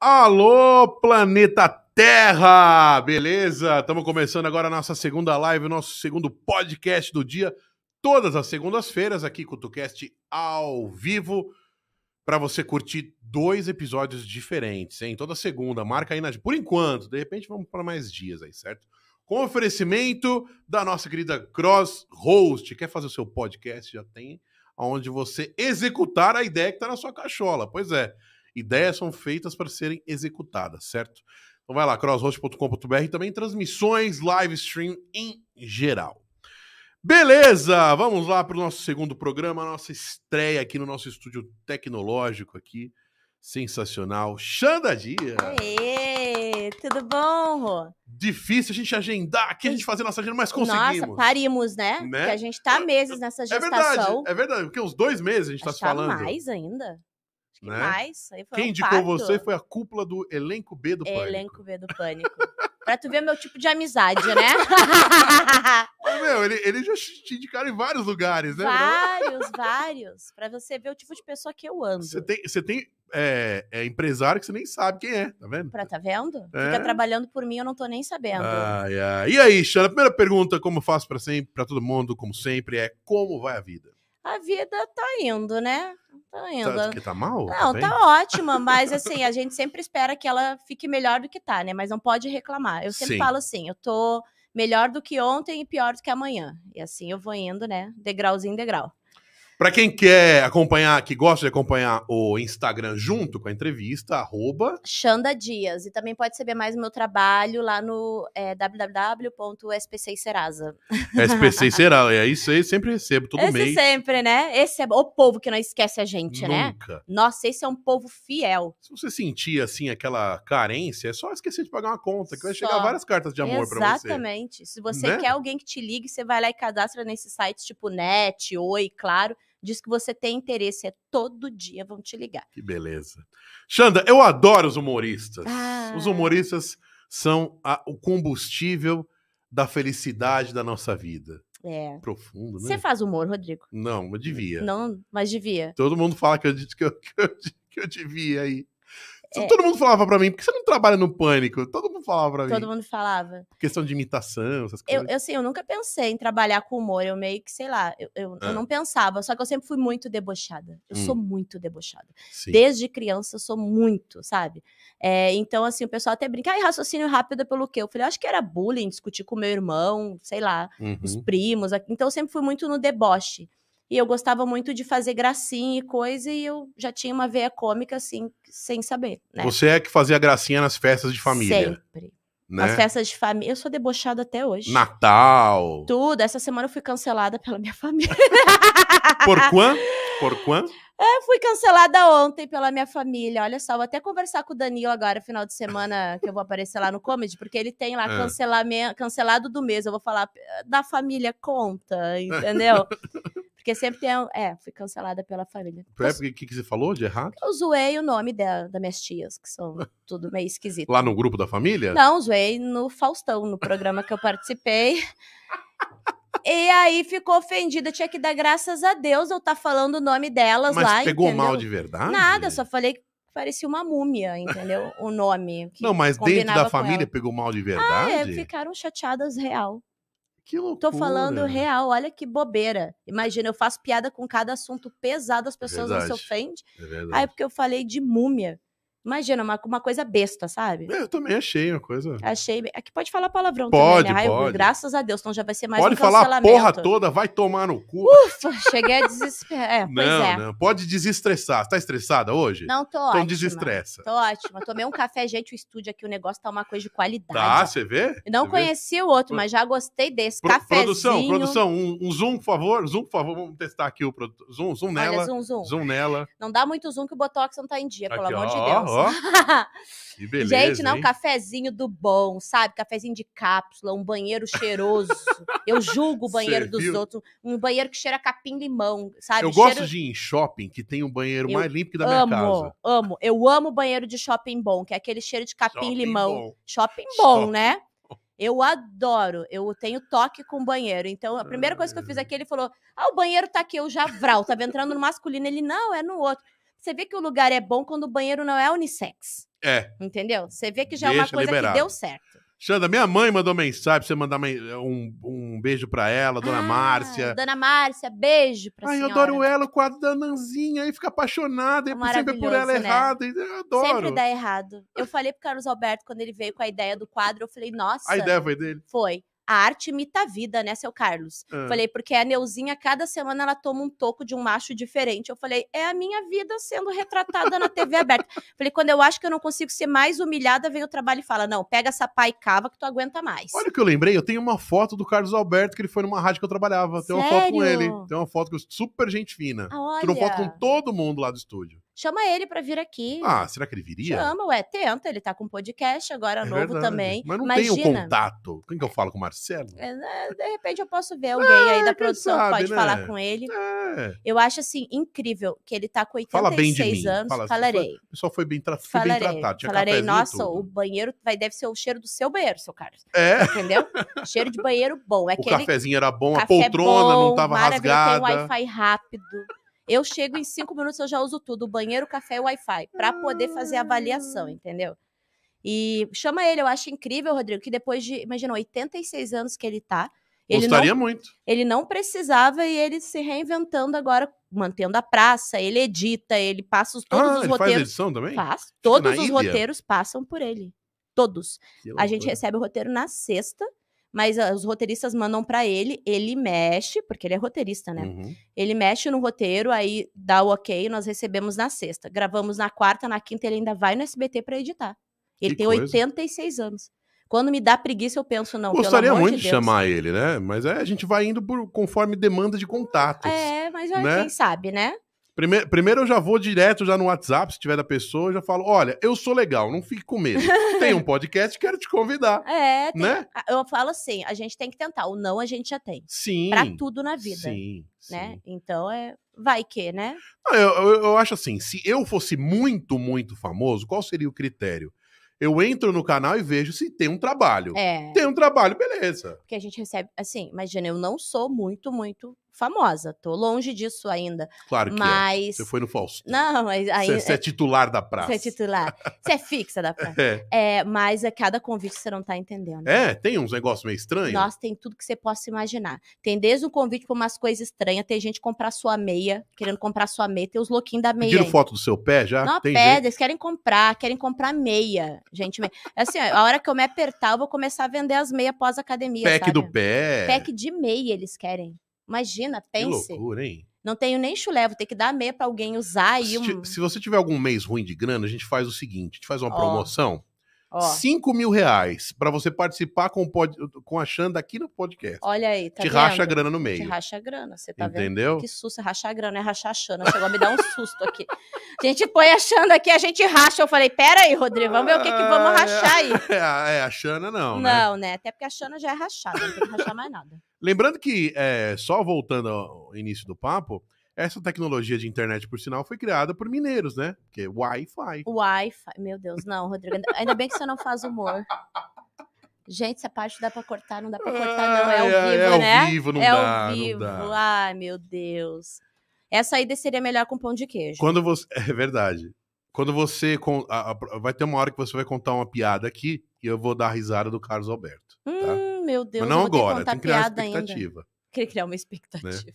Alô, planeta Terra! Beleza? Estamos começando agora a nossa segunda live, o nosso segundo podcast do dia, todas as segundas-feiras, aqui com o Tucast ao vivo, para você curtir dois episódios diferentes, hein? Toda segunda, marca aí na... por enquanto, de repente vamos para mais dias aí, certo? Com oferecimento da nossa querida Cross Host. Quer fazer o seu podcast? Já tem onde você executar a ideia que está na sua cachola. Pois é. Ideias são feitas para serem executadas, certo? Então vai lá, crosshost.com.br e também transmissões, live stream em geral. Beleza, vamos lá para o nosso segundo programa, nossa estreia aqui no nosso estúdio tecnológico aqui, sensacional, Xanda Dias. Aê, tudo bom, Rô? Difícil a gente agendar aqui, a gente fazer nossa agenda, mas conseguimos. Nossa, parimos, né? Né? Porque a gente tá há meses nessa é verdade, gestação. é verdade, porque uns dois meses a gente está Acho se que tá falando. mais ainda. Acho que Né? mais. Aí foi Quem um indicou parto. É, você foi a cúpula do elenco B do Pânico. Elenco B do Pânico. pra tu ver meu tipo de amizade, né? Mas, meu, ele, ele já te indicaram em vários lugares, né? vários, vários. Pra você ver o tipo de pessoa que eu ando. Você tem, você tem é, é empresário que você nem sabe quem é, tá vendo? Pra tá vendo? É. Ah. Fica trabalhando por mim, eu não tô nem sabendo. Ai, ai. E aí, Xana, a primeira pergunta, como eu faço pra sempre, para todo mundo, como sempre, é como vai a vida? A vida tá indo, né? Tá indo. Tá, que tá mal? Não, bem? tá ótima, mas assim, a gente sempre espera que ela fique melhor do que tá, né? Mas não pode reclamar. Eu sempre Sim. falo assim, eu tô melhor do que ontem e pior do que amanhã. E assim eu vou indo, né? Degrauzinho em degrau. Pra quem quer acompanhar, que gosta de acompanhar o Instagram junto com a entrevista, arroba. Xanda Dias. E também pode saber mais do meu trabalho lá no é, www.spc Serasa. SPC será, é isso aí, sempre recebo, todo Esse mês. sempre, né? Esse é o povo que não esquece a gente, né? Nunca. Nossa, esse é um povo fiel. Se você sentir assim aquela carência, é só esquecer de pagar uma conta, que vai Só. chegar várias cartas de amor pra você. Exatamente. Se você Né? quer alguém que te ligue, você vai lá e cadastra nesses sites tipo Net, Oi, Claro. Diz que você tem interesse, é todo dia vão te ligar. Que beleza. Xanda, eu adoro os humoristas. Ah. Os humoristas são a- o combustível da felicidade da nossa vida. É. Profundo, né? Você faz humor, Rodrigo? Não, eu devia. Não, mas devia. Todo mundo fala que eu, disse que eu, que eu, que eu devia aí. É. Todo mundo falava pra mim, por que você não trabalha no pânico? Todo mundo falava pra Todo mim. mundo falava. Questão de imitação, essas Eu, coisas. eu, assim, eu nunca pensei em trabalhar com humor. Eu meio que, sei lá, eu, eu- eu Ah. não pensava. Só que eu sempre fui muito debochada. Eu sou muito debochada. Hum. Sim. Desde criança eu sou muito, sabe? É, então, assim, o pessoal até brinca, ai, raciocínio rápido é pelo quê? Eu falei, eu acho que era bullying, discutir com meu irmão, sei lá, os Uhum. primos. a- Então, eu sempre fui muito no deboche. E eu gostava muito de fazer gracinha e coisa, e eu já tinha uma veia cômica, assim, sem saber, né? Você é que fazia gracinha nas festas de família, Sempre. né? Nas festas de família. Eu sou debochada até hoje. Natal. Tudo. Essa semana eu fui cancelada pela minha família. Por quanto? Por quanto? Eu fui cancelada ontem pela minha família. Olha só, vou até conversar com o Danilo agora, final de semana, que eu vou aparecer lá no Comedy, porque ele tem lá É. cancelamento, cancelado do mês. Eu vou falar "Eh, da família conta, entendeu? porque sempre tem. um- É, fui cancelada pela família. É, porque O que, que você falou de errado? Eu zoei o nome da, das minhas tias, que são tudo meio esquisito. Lá no grupo da família? Não, zoei no Faustão, no programa que eu participei. E aí ficou ofendida, tinha que dar graças a Deus eu tá falando o nome delas Mas lá. pegou entendeu? mal de verdade? Nada, só falei que parecia uma múmia, entendeu? O nome. que Não, mas dentro combinava da com família ela. pegou mal de É, verdade? ficaram chateadas real. Que loucura. Tô falando real, olha que bobeira. Imagina, eu faço piada com cada assunto pesado, as pessoas não Verdade. se ofendem. É verdade. Aí porque eu falei de múmia. Imagina, uma, uma coisa besta, sabe? É, Eu também achei uma coisa. Achei. bem- Aqui pode falar palavrão Pode, também, né? Ai, pode. Graças a Deus, então já vai ser mais Pode um falar a cancelamento. porra toda, vai tomar no cu. Ufa, cheguei a desesperar. É, pois não, né? é. Não, não. Pode desestressar. Você tá estressada hoje? tô então ótima. desestressa. Tô ótima. Tomei um café, gente, o estúdio aqui, o negócio tá uma coisa de Tá, qualidade. você vê? Eu Você não vê? conheci o outro, mas já gostei desse. Pro- Cafézinho. Produção, produção, um, um zoom, por favor. Zoom, por favor. Vamos testar aqui o produto. Zoom, zoom Olha, nela. zoom, zoom. zoom nela. Não dá muito zoom que o Botox não tá em dia, pelo Aqui, amor de ó, Deus. ó. Que beleza. gente, não, hein? cafezinho do bom, sabe? Cafezinho de cápsula, um banheiro cheiroso. Eu julgo o banheiro dos Serviu. outros. Um banheiro que cheira capim-limão, sabe? Eu Cheiro- gosto de ir em shopping que tem um banheiro Eu mais limpo que da minha Amo, casa. amo. Eu amo banheiro de shopping bom, que é aquele cheiro de Shopping capim-limão. bom. Shopping bom, Shopping né? Eu adoro. Eu tenho toque com banheiro. Então, a "Ah, primeira coisa que eu fiz aqui, ele falou: Ah, o banheiro tá aqui, eu já vral. Tava entrando no masculino. Ele, não, é no outro. Você vê que o lugar é bom quando o banheiro não é unissex. É. Entendeu? Você vê que já é uma Deixa coisa liberado. que deu certo. Xanda, minha mãe mandou mensagem pra você mandar men- um, um beijo pra ela, dona Ah, Márcia. Dona Márcia, beijo pra Ai, eu senhora. adoro ela, o quadro da Nanzinha, aí fica apaixonada, aí sempre por Maravilhoso, ela né? errada. Eu adoro. Sempre dá errado. Eu falei pro Carlos Alberto quando ele veio com a ideia do quadro, eu falei, nossa, A ideia foi dele. foi. A arte imita a vida, né, seu Carlos? Ah. Falei, porque a Neuzinha, cada semana, ela toma um toco de um macho diferente. Eu falei, é a minha vida sendo retratada na TV aberta. Falei, quando eu acho que eu não consigo ser mais humilhada, vem o trabalho e fala: não, pega essa pá e cava que tu aguenta mais. Olha o que eu lembrei, eu tenho uma foto do Carlos Alberto, que ele foi numa rádio que eu trabalhava. Tem uma foto com Sério? ele. Tem uma foto com super gente fina. Ah, olha. Tirou foto com todo mundo lá do estúdio. Chama ele pra vir aqui. Ah, será que ele viria? Chama, ué, tenta. Ele tá com podcast agora É novo verdade. também. Mas não Imagina. tem o contato. Quem que eu falo com o Marcelo? É, né, De repente eu posso ver alguém aí quem da produção que sabe, pode né? falar com ele. É. Eu acho assim incrível que ele tá com Fala bem de 86 mim. anos. Fala assim, falarei. O pessoal foi bem, tra... foi bem Falarei. tratado. Tinha falarei, cafezinho e nossa, tudo. o banheiro vai, deve ser o cheiro do seu banheiro, seu Carlos. É, Entendeu? cheiro de banheiro bom. o É aquele cafezinho era bom, a café poltrona não bom, tava maravilha, Tem rasgada. Wi-Fi rápido. Eu chego em cinco minutos, eu já uso tudo: o banheiro, o café e o Wi-Fi, para poder fazer a Ah. avaliação, entendeu? E chama ele, eu acho incrível, Rodrigo, que depois de, imagina, 86 anos que ele tá, ele não Gostaria muito. ele não precisava e ele se reinventando agora, mantendo a praça, ele edita, ele passa os- todos ah, os ele faz roteiros. edição também? Faz. Todos na os Índia? roteiros passam por ele. Todos. Que A gente loucura. recebe o roteiro na sexta, mas ah, os roteiristas mandam pra ele, ele mexe, porque ele é roteirista, né? Uhum. Ele mexe no roteiro, aí dá o ok, nós recebemos na sexta. Gravamos na quarta, na quinta, ele ainda vai no SBT pra editar. Ele Que tem coisa. 86 anos. Quando me dá preguiça, eu penso, não, Gostaria pelo amor muito de, de Deus. chamar ele, né? Mas é, a gente vai indo por, conforme demanda de contatos. É, mas olha, né? quem sabe, né? Primeiro, primeiro eu já vou direto já no WhatsApp, se tiver da pessoa, eu já falo: olha, eu sou legal, não fique com medo. Tem um podcast, quero te convidar. É, tem- Né? eu falo assim, a gente tem que tentar. O não a gente já tem. Sim. Pra tudo na vida, Sim. né? sim. Então é, vai que, né? Não, eu, eu- eu acho assim: se eu fosse muito, muito famoso, qual seria o critério? Eu entro no canal e vejo se tem um trabalho. É, Tem um trabalho, beleza. porque a gente recebe, assim, imagina, eu não sou muito, muito famosa, tô longe disso ainda, Claro que é. mas Você foi no Faustão. não, mas ainda Você você é titular da praça. você é titular, você é fixa da praça. É. É, mas é cada convite que você não tá entendendo. É, tem uns negócios meio estranhos. Nossa, tem tudo que você possa imaginar. Tem desde um convite pra umas coisas estranhas, tem gente comprar sua meia, querendo comprar sua meia, tem os louquinhos da meia. Pediram ainda. foto do seu pé já? Não, Ah, tem pedra, gente. eles querem comprar, querem comprar meia, gente. meia. Assim, ó, a hora que eu me apertar, eu vou começar a vender as meias pós-academia, Pack sabe? do pé. Pack de meia eles querem. Imagina, Que pense. loucura, hein? Não tenho nem chulé, vou ter que dar meia pra alguém usar e Se, um... ti- se você tiver algum mês ruim de grana, a gente faz o seguinte: a gente faz uma Ó. promoção. Ó, 5 mil reais pra você participar com, o pod- com a Xanda aqui no podcast. olha aí, tá Te vendo? racha a grana no Te meio. racha a grana, você tá vendo? entendeu? Que susto, rachar a grana, é rachar a Xana. Chegou a me dar um susto aqui. A gente põe a Xana aqui, a gente racha. Eu falei, pera aí, Rodrigo, vamos ver o que, que vamos rachar aí. É, a- é, a Xana não, Não, né? né? Até porque a Xana já é rachada, não tem que rachar mais nada. Lembrando que, é, só voltando ao início do papo, essa tecnologia de internet, por sinal, foi criada por mineiros, né? Que é Wi-Fi. Wi-Fi. Meu Deus, não, Rodrigo. ainda- Ainda bem que você não faz humor. Gente, essa parte dá pra cortar, não dá pra cortar, não. É ao Ai, ai, vivo, é ao né? vivo, não é dá, ao não vivo. dá. Ai, meu Deus. Essa aí seria melhor com pão de queijo. Quando você. É verdade. Quando você. con- a- a- vai ter uma hora que você vai contar uma piada aqui e eu vou dar a risada do Carlos Alberto. Hum, meu Deus, tá. Mas não eu vou ter agora, que contar tem que criar uma piada ainda. expectativa. Né? Queria criar uma expectativa.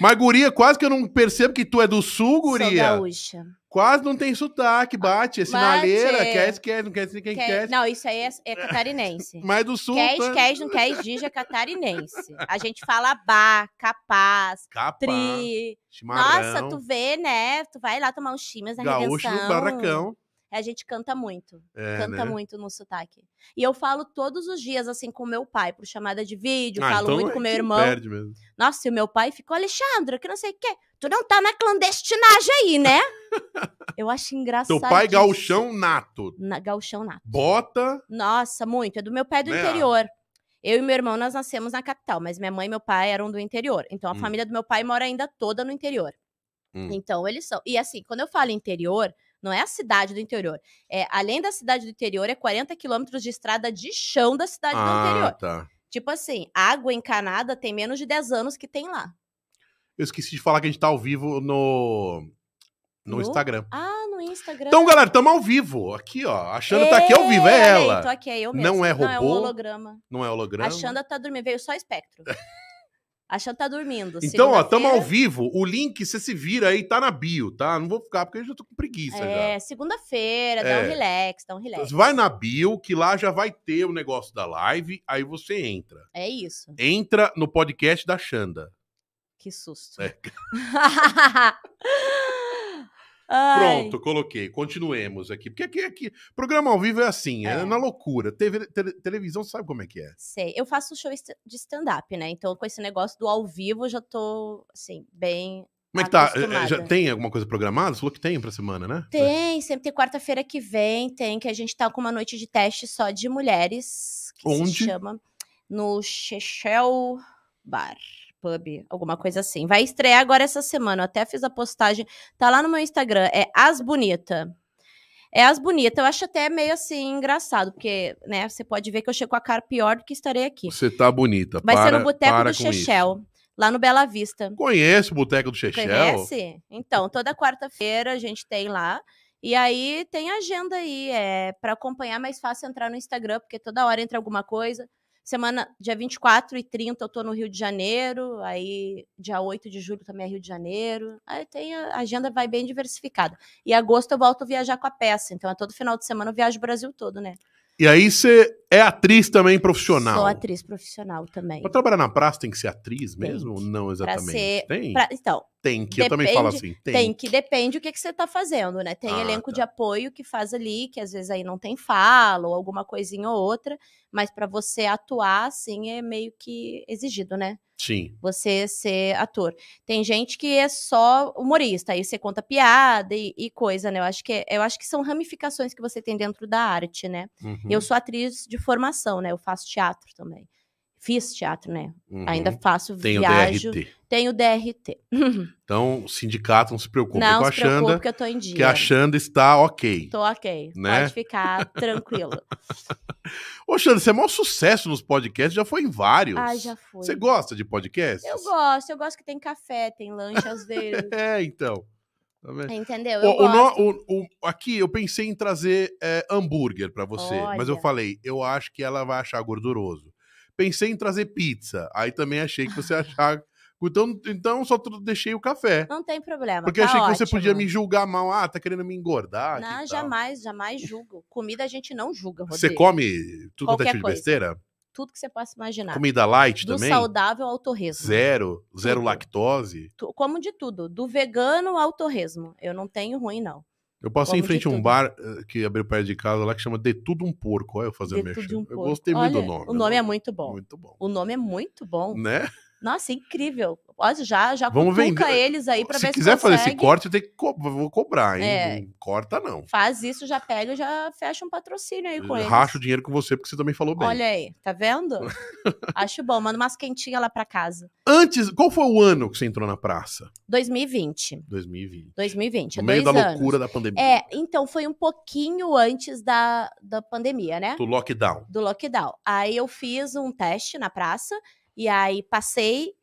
Mas, guria, quase que eu não percebo que tu é do sul, Sou guria. gaúcha. Quase não tem sotaque, bate, é sinaleira, Bate. quer, quer, não quer, quer, quer, Quer- quer. Não, isso aí é, é catarinense. Mas do sul. Quer, tá- quer, não quer, dija é catarinense. A gente fala ba, capaz, Capa, tri. chimarrão, Nossa, tu vê, né? Tu vai lá tomar uns chimas na gaúcho no Redenção. barracão. A gente canta muito. É, canta né? muito no sotaque. E eu falo todos os dias, assim, com meu pai, por chamada de vídeo, Ah, falo então muito é com meu que irmão. Perde mesmo. Nossa, e o meu pai ficou, Alexandra, que não sei o quê. Tu não tá na clandestinagem aí, né? eu acho engraçado. Teu pai gauchão nato. Na, gauchão nato. Bota. Nossa, muito. É do meu pai é do Né? interior. Eu e meu irmão, nós nascemos na capital, mas minha mãe e meu pai eram do interior. Então, a Hum. família do meu pai mora ainda toda no interior. Hum. Então, eles são. E assim, quando eu falo interior, não é a cidade do interior. É, além da cidade do interior, é 40 quilômetros de estrada de chão da cidade do Ah, interior. tá. Tipo assim, água encanada tem menos de 10 anos que tem lá. Eu esqueci de falar que a gente tá ao vivo no no, No? Instagram. Ah, no Instagram. Então, galera, estamos ao vivo. Aqui, ó. A Xanda tá Ei, aqui ao vivo, é ela. Tô aqui, é eu Não mesma. é Não, é um robô. holograma. Não é holograma. A Xanda tá dormindo, veio só espectro. A Xanda tá dormindo. Então, ó, estamos ao Segunda-feira- vivo. O link, você se vira aí, tá na bio, tá? Não vou ficar, porque eu já tô com preguiça já. É, segunda-feira, dá É. um relax, dá um relax. Então, Vai na bio, que lá já vai ter o negócio da live, aí você entra. É isso. Entra no podcast da Xanda. Que susto. É. Ai. Pronto, coloquei. Continuemos aqui. Porque aqui, aqui programa ao vivo é assim, é, É. na loucura. TV tele- televisão sabe como é que é. Sei. Eu faço show est- de stand-up, né? Então, com esse negócio do ao vivo, eu já tô, assim, bem. Como é que tá? Acostumada. É, Já tem alguma coisa programada? Você falou que tem pra semana, né? Tem, sempre tem quarta-feira que vem, tem, que a gente tá com uma noite de teste só de mulheres. Que Onde? Se chama no Chechel Bar. Pub, alguma coisa assim. Vai estrear agora essa semana. Eu até fiz a postagem. Tá lá no meu Instagram. É As Bonita. É As Bonita. Eu acho até meio assim engraçado, porque, né, você pode ver que eu chego com a cara pior do que estarei aqui. Você tá bonita. Vai ser Para- no Boteco para do com isso. Chechel, lá no Bela Vista. Conheço o Boteco do Chechel. Conhece? Então, toda quarta-feira a gente tem lá. E aí tem agenda aí, é para acompanhar, mais fácil entrar no Instagram, porque toda hora entra alguma coisa. Semana, dia 24 e 30 eu tô no Rio de Janeiro, aí dia 8 de julho também é Rio de Janeiro. Aí tem a a agenda vai bem diversificada. E agosto eu volto viajar com a peça, então é todo final de semana eu viajo o Brasil todo, né? E aí você é atriz também profissional. tá Sou atriz profissional também. Pra trabalhar na praça tem que ser atriz Tem mesmo? que. Não exatamente. ser- Tem? Pra- então, Tem que. Eu também depende- falo assim. Tem. Tem que, depende do que, que você tá fazendo, né? Tem Ah, elenco tá. de apoio que faz ali, que às vezes aí não tem fala, ou alguma coisinha ou outra, mas para você atuar, assim, é meio que exigido, né? Sim. Você ser ator. Tem gente que é só humorista, aí você conta piada e, e coisa, né? Eu acho, que, é- eu acho que são ramificações que você tem dentro da arte, né? Uhum, Eu sou atriz de formação, né? Eu faço teatro também. Fiz teatro, né? uhum. Ainda faço, tem o viajo. DRT. Tenho DRT. Então, o sindicato não se preocupe com não a se preocupe Xanda, que eu tô em dia. que a Xanda está ok. Tô ok. Né? Pode ficar tranquilo. Ô, Xanda, você é maior sucesso nos podcasts, já foi em vários. Ai, Ah, já fui. Você gosta de podcasts? Eu gosto, eu gosto que tem café, tem lanche às vezes. É, então. Tá vendo? Entendeu? Eu O, o no- gosto. o- o- aqui eu pensei em trazer é, hambúrguer pra você, mas eu Olha. falei, eu acho que ela vai achar gorduroso. Pensei em trazer pizza, aí também achei que você achava. Então, então só tu- deixei o café. Não tem problema. Porque tá achei que você ótimo. podia me julgar mal. Ah, tá querendo me engordar. aqui e Não, tal. jamais, jamais julgo. Comida a gente não julga, Rodrigo. Você come tudo quanto é Qualquer tipo de coisa. besteira? Tudo que você possa imaginar. Comida light Do também? saudável ao torresmo. Zero. Zero Tudo. lactose. Tu- Como de tudo. Do vegano ao torresmo. Eu não tenho ruim, não. Eu passei em Como de frente a um tudo. bar eh, que abriu perto de casa lá que chama De Tudo Um Porco. Olha eu fazendo de mexer. tudo um eu pouco. gostei muito Olha, do nome. O nome é muito bom. Muito bom. O nome é muito bom. Né? Nossa, incrível. Olha, já, já Vamos cutuca vender- eles aí pra Se ver se quiser fazer esse consegue. corte, eu tenho que co- vou cobrar, hein? É. Não corta, não. Faz isso, já pega e já fecha um patrocínio aí com eles. Racho o dinheiro com você, porque você também falou bem. Olha aí, tá vendo? Acho bom, manda umas quentinhas lá pra casa. Antes, qual foi o ano que você entrou na praça? 2020. 2020. 2020, No é meio dois da anos. loucura da pandemia. É, então foi um pouquinho antes da, da pandemia, né? Do lockdown. Do lockdown. Aí eu fiz um teste na praça, e aí passei,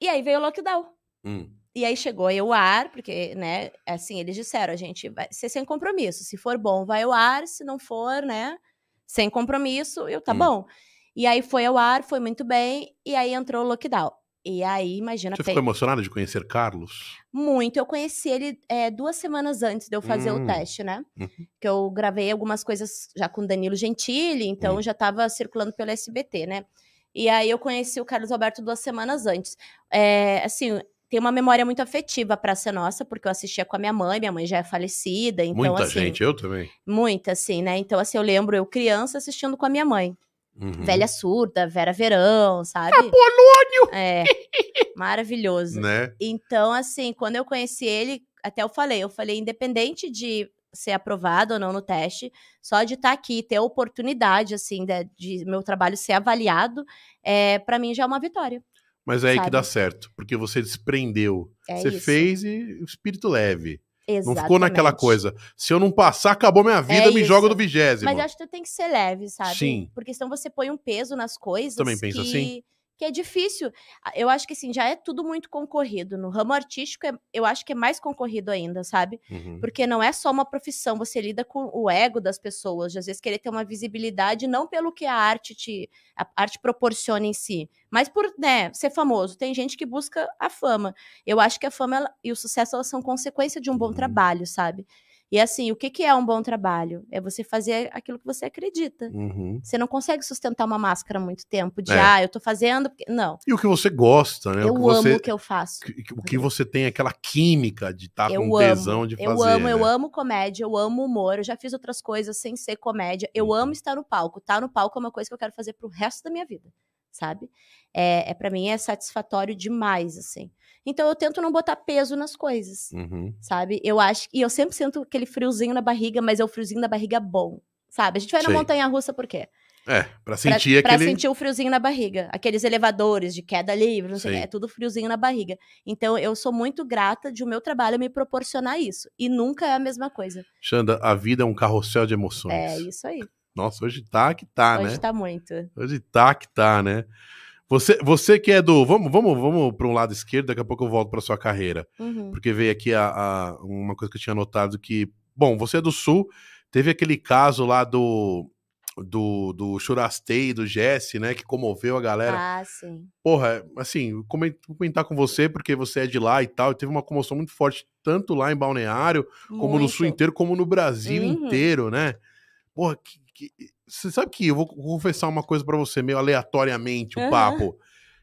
e aí veio o lockdown. Hum. E aí chegou aí o ar, porque, né, assim, eles disseram, a gente vai ser sem compromisso. Se for bom, vai ao ar, se não for, né, sem compromisso, eu, tá Hum. bom. E aí foi ao ar, foi muito bem, e aí entrou o lockdown. E aí, imagina, Você tem ficou emocionada de conhecer Carlos? muito. Eu conheci ele é, duas semanas antes de eu fazer Hum. o teste, né? Uhum. Que eu gravei algumas coisas já com Danilo Gentili, então já estava circulando pelo SBT, né? E aí eu conheci o Carlos Alberto duas semanas antes. É, assim, tem uma memória muito afetiva para ser nossa, porque eu assistia com a minha mãe, minha mãe já é falecida, então Muita assim, gente, eu também. muita assim, né? Então assim, eu lembro eu criança assistindo com a minha mãe. Uhum. Velha surda, Vera Verão, sabe? Apolônio! É. Maravilhoso. Né? Então, assim, quando eu conheci ele, até eu falei, eu falei, independente de ser aprovado ou não no teste, só de estar aqui, ter a oportunidade, assim, da- de, meu trabalho ser avaliado, é, para mim já é uma vitória. Mas é aí que Sabe? dá certo, porque você desprendeu. É você isso. fez e o espírito leve. Não Exatamente. ficou naquela coisa. Se eu não passar, acabou minha vida, É me isso. joga do vigésimo. Mas eu acho que tu tem que ser leve, sabe? Sim. Porque senão você põe um peso nas coisas Também pensa que, assim? que é difícil. Eu acho que assim, já é tudo muito concorrido. No ramo artístico, é- eu acho que é mais concorrido ainda, sabe? Uhum. Porque não é só uma profissão, você lida com o ego das pessoas, de às vezes querer ter uma visibilidade não pelo que a arte te a arte proporciona em si, mas por, né, ser famoso. Tem gente que busca a fama. Eu acho que a fama ela- e o sucesso elas são consequência de um bom Uhum. trabalho, sabe? E assim, o que que é um bom trabalho? É você fazer aquilo que você acredita. Uhum. Você não consegue sustentar uma máscara muito tempo de, É. ah, eu tô fazendo, porque-" não. E o que você gosta, né? eu o que amo você o que eu faço. que- o que você tem aquela química de estar Eu com amo, tesão de fazer. Eu amo, eu né? amo comédia, eu amo humor, eu já fiz outras coisas sem ser comédia. Eu Uhum. amo estar no palco. Estar no palco é uma coisa que eu quero fazer pro resto da minha vida, sabe? É, é para mim é satisfatório demais, assim. Então eu tento não botar peso nas coisas, Uhum. sabe? Eu acho e eu sempre sinto aquele friozinho na barriga, mas é o friozinho da barriga bom, sabe? A gente vai na Sei. montanha russa por quê? É, pra Pra- sentir pra, aquele. sentir o friozinho na barriga. Aqueles elevadores de queda livre, não sei o Sim. quê, é tudo friozinho na barriga. Então eu sou muito grata de o meu trabalho me proporcionar isso. E nunca é a mesma coisa. Xanda, a vida é um carrossel de emoções. É isso aí. Nossa, hoje tá que tá, Hoje né? tá muito. Hoje tá que tá, né? Você, você que é do. Vamos, vamos, vamos para um lado esquerdo, daqui a pouco eu volto pra sua carreira. Uhum. Porque veio aqui a, a- uma coisa que eu tinha notado que. Bom, você é do Sul, teve aquele caso lá do. Do, do Churastei, do Jesse, né? Que comoveu a galera. Ah, sim. Porra, assim, comen- comentar com você, porque você é de lá e tal, e teve uma comoção muito forte, tanto lá em Balneário, como no Muito. Sul inteiro, como no Brasil Uhum. inteiro, né? Porra, que- que- você sabe que eu vou confessar uma coisa pra você, meio aleatoriamente, o Aham. papo.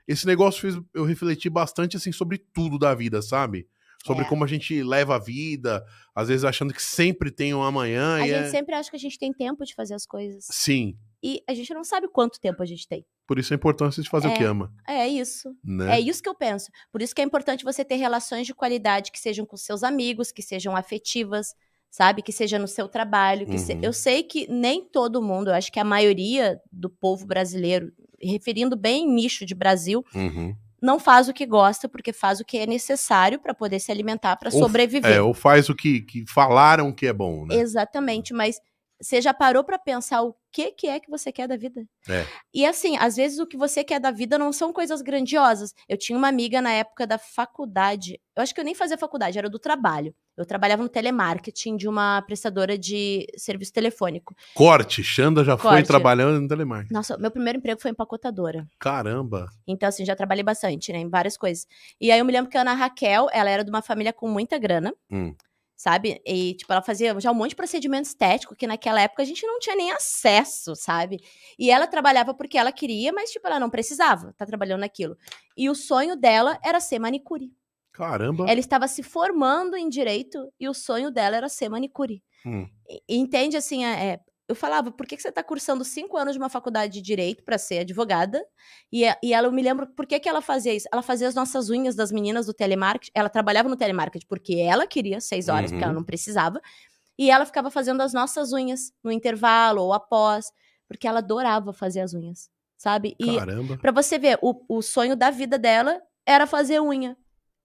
Esse negócio fez eu refletir bastante, assim, sobre tudo da vida, sabe? Sobre É. como a gente leva a vida, às vezes achando que sempre tem um amanhã. A e gente é... sempre acha que a gente tem tempo de fazer as coisas. Sim, E a gente não sabe quanto tempo a gente tem. por isso a importância de fazer o É. que ama, É isso. né? É isso que eu penso. Por isso que é importante você ter relações de qualidade que sejam com seus amigos, que sejam afetivas, sabe? Que seja no seu trabalho. que se- Uhum. Eu sei que nem todo mundo, eu acho que a maioria do povo brasileiro, referindo bem nicho de Brasil, Uhum. não faz o que gosta, porque faz o que é necessário para poder se alimentar, para Ou- sobreviver. É, ou faz o que, que falaram que é bom, né? Exatamente, mas você já parou pra pensar o que, que é que você quer da vida? É. E assim, às vezes o que você quer da vida não são coisas grandiosas. Eu tinha uma amiga na época da faculdade, eu acho que eu nem fazia faculdade, era do trabalho. Eu trabalhava no telemarketing de uma prestadora de serviço telefônico. Corte, Xanda já foi Corte. trabalhando no telemarketing. Nossa, meu primeiro emprego foi empacotadora. Caramba. Então, assim, já trabalhei bastante, né? Em várias coisas. E aí eu me lembro que a Ana Raquel, ela era de uma família com muita grana. Hum. Sabe? E, tipo, ela fazia já um monte de procedimento estético que naquela época a gente não tinha nem acesso, sabe? E ela trabalhava porque ela queria, mas, tipo, ela não precisava tá trabalhando naquilo. E o sonho dela era ser manicure. Caramba. Ela estava se formando em direito e o sonho dela era ser manicure. Hum. E- entende assim, é, é, eu falava, por que, que você está cursando cinco anos de uma faculdade de direito para ser advogada? E, a- e ela, eu me lembro, por que, que ela fazia isso? Ela fazia as nossas unhas das meninas do telemarketing. Ela trabalhava no telemarketing porque ela queria seis horas, porque ela Uhum. não precisava. E ela ficava fazendo as nossas unhas no intervalo ou após, porque ela adorava fazer as unhas, sabe? E Caramba. Pra você ver, o, o sonho da vida dela era fazer unha.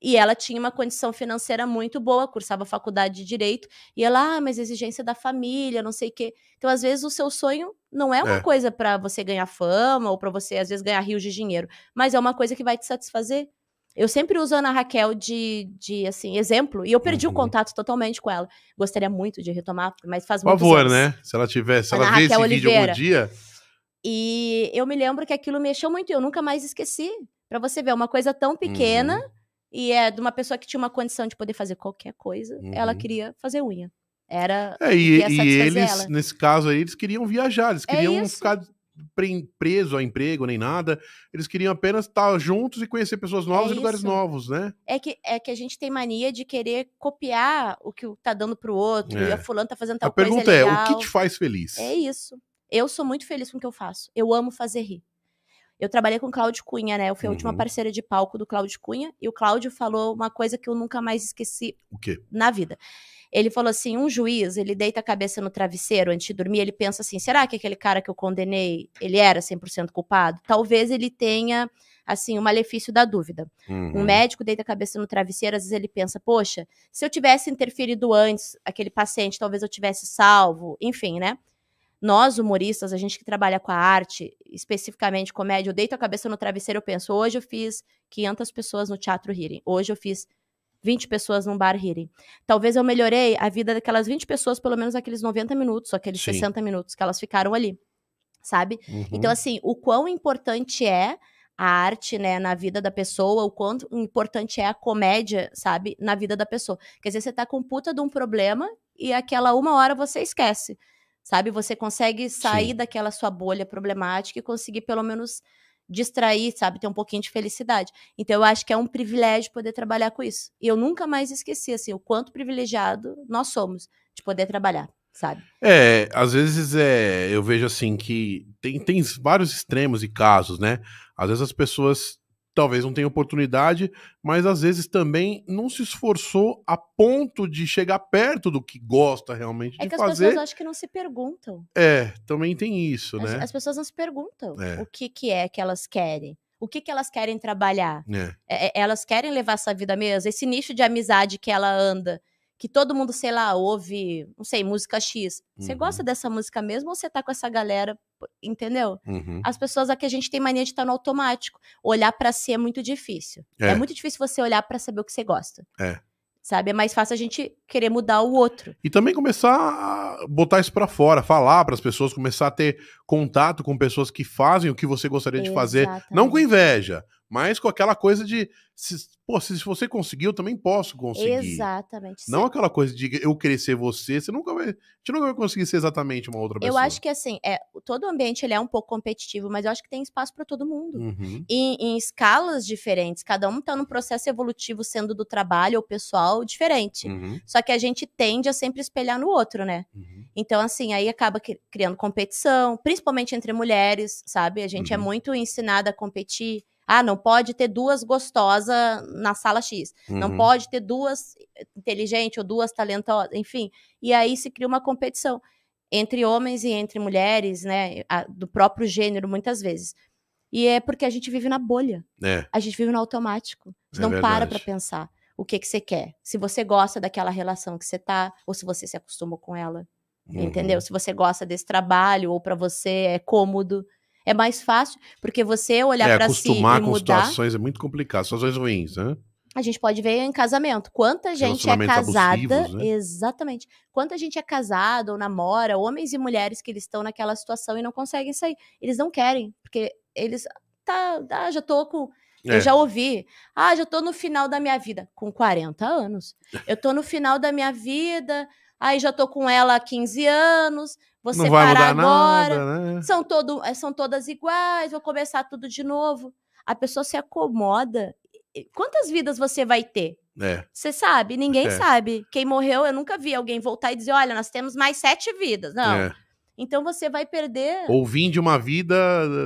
E ela tinha uma condição financeira muito boa, cursava faculdade de direito, e ela, ah, mas exigência da família, não sei o quê. Então, às vezes, o seu sonho não é uma É. coisa pra você ganhar fama ou pra você, às vezes, ganhar rios de dinheiro, mas é uma coisa que vai te satisfazer. Eu sempre uso a Ana Raquel de, de assim, exemplo, e eu perdi Uhum. o contato totalmente com ela. Gostaria muito de retomar, mas faz Por muitos favor, anos. né? Se ela tivesse, se Ana ela vê esse Raquel vídeo algum Oliveira. dia. E eu me lembro que aquilo mexeu muito e eu nunca mais esqueci. Pra você ver, é uma coisa tão pequena Uhum. e é de uma pessoa que tinha uma condição de poder fazer qualquer coisa, ela Uhum. queria fazer unha. Era É, e, Queria e satisfazer eles, ela. nesse caso aí, eles queriam viajar, eles É queriam isso. ficar pre- preso a emprego nem nada. Eles queriam apenas estar juntos e conhecer pessoas novas e lugares isso. novos, né? é que é que a gente tem mania de querer copiar o que o tá dando pro outro, e É. a fulano tá fazendo tal a pergunta coisa é, legal. o que te faz feliz? É isso. Eu sou muito feliz com o que eu faço. Eu amo fazer rir. Eu trabalhei com o Cláudio Cunha, né? Eu fui a última Uhum. parceira de palco do Cláudio Cunha e o Cláudio falou uma coisa que eu nunca mais esqueci O quê? na vida. Ele falou assim: um juiz, ele deita a cabeça no travesseiro antes de dormir, ele pensa assim: será que aquele cara que eu condenei, ele era 100% culpado? Talvez ele tenha, assim, o malefício da dúvida. Uhum. Um médico deita a cabeça no travesseiro, às vezes ele pensa: poxa, se eu tivesse interferido antes aquele paciente, talvez eu tivesse salvo, enfim, né? Nós, humoristas, a gente que trabalha com a arte, especificamente comédia, eu deito a cabeça no travesseiro, eu penso, hoje eu fiz 500 pessoas no teatro rirem, hoje eu fiz 20 pessoas num bar rirem. Talvez eu melhorei a vida daquelas 20 pessoas, pelo menos aqueles 90 minutos, ou aqueles Sim. 60 minutos que elas ficaram ali, sabe? Uhum. Então, assim, o quão importante é a arte, né, na vida da pessoa, o quão importante é a comédia, sabe, na vida da pessoa. Quer dizer, você tá com um puta de um problema e aquela uma hora você esquece, sabe? Você consegue sair Sim. daquela sua bolha problemática e conseguir pelo menos distrair, sabe, ter um pouquinho de felicidade. Então eu acho que é um privilégio poder trabalhar com isso. E eu nunca mais esqueci assim o quanto privilegiado nós somos de poder trabalhar, sabe? É, às vezes é, eu vejo assim que tem, tem vários extremos e casos, né? Às vezes as pessoas talvez não tenham oportunidade, mas às vezes também não se esforçou a ponto de chegar perto do que gosta realmente É de que as fazer. pessoas acho que não se perguntam. É, também tem isso, As, né? as pessoas não se perguntam É. o que, que é que elas querem. O que, que elas querem trabalhar? É. É- é- elas querem levar essa vida mesmo? Esse nicho de amizade que ela anda, que todo mundo, sei lá, ouve, não sei, música X. Você Uhum. gosta dessa música mesmo ou você tá com essa galera? pô, Entendeu? Uhum. As pessoas aqui a gente tem mania de estar no automático. Olhar pra si é muito difícil. É, É. muito difícil você olhar pra saber o que você gosta. É. Sabe? É mais fácil a gente querer mudar o outro. E também começar a botar isso pra fora, falar pras pessoas, começar a ter contato com pessoas que fazem o que você gostaria de fazer Não com Exatamente. inveja, mas com aquela coisa de. Se, pô, se você conseguiu, eu também posso conseguir. Exatamente. Não aquela coisa de eu querer ser você, você nunca vai. A gente nunca vai conseguir ser exatamente uma outra Eu pessoa. acho que assim, é, todo o ambiente ele é um pouco competitivo, mas eu acho que tem espaço para todo mundo. Uhum. Em, em escalas diferentes, cada um está num processo evolutivo, sendo do trabalho ou pessoal, diferente. Uhum. Só que a gente tende a sempre espelhar no outro, né? Uhum. Então, assim, aí acaba cri- criando competição, principalmente entre mulheres, sabe? A gente é Uhum. muito ensinada a competir. Ah, não pode ter duas gostosas na sala X. Não Uhum. pode ter duas inteligentes ou duas talentosas, enfim. E aí se cria uma competição entre homens e entre mulheres, né? a- do próprio gênero, muitas vezes. E é porque a gente vive na bolha É, a gente vive no automático. A gente É não para verdade. pra pensar o que que você quer. Se você gosta daquela relação que você tá, ou se você se acostuma com ela, uhum. entendeu? Se você gosta desse trabalho, ou pra você é cômodo. É mais fácil, porque você olhar É, pra si e acostumar com mudar, situações é muito complicado, situações ruins, né? a gente pode ver em casamento. Quanta gente é Relacionamentos casada, abusivos, né? exatamente. Quanta gente é casada ou namora, homens e mulheres que eles estão naquela situação e não conseguem sair. Eles não querem, porque eles tá, ah, já tô com É. eu já ouvi. Ah, já tô no final da minha vida. Com 40 anos. Eu tô no final da minha vida. Aí já tô com ela há 15 anos. Vou não vai separar mudar agora. nada, né? São, todo, eh, são todas iguais. Vou começar tudo de novo. A pessoa se acomoda. E- Quantas vidas você vai ter? É, Você sabe? Ninguém É. sabe. Quem morreu, eu nunca vi alguém voltar e dizer: olha, nós temos mais sete vidas. Não. é. Então você vai perder. Ou vim de uma vida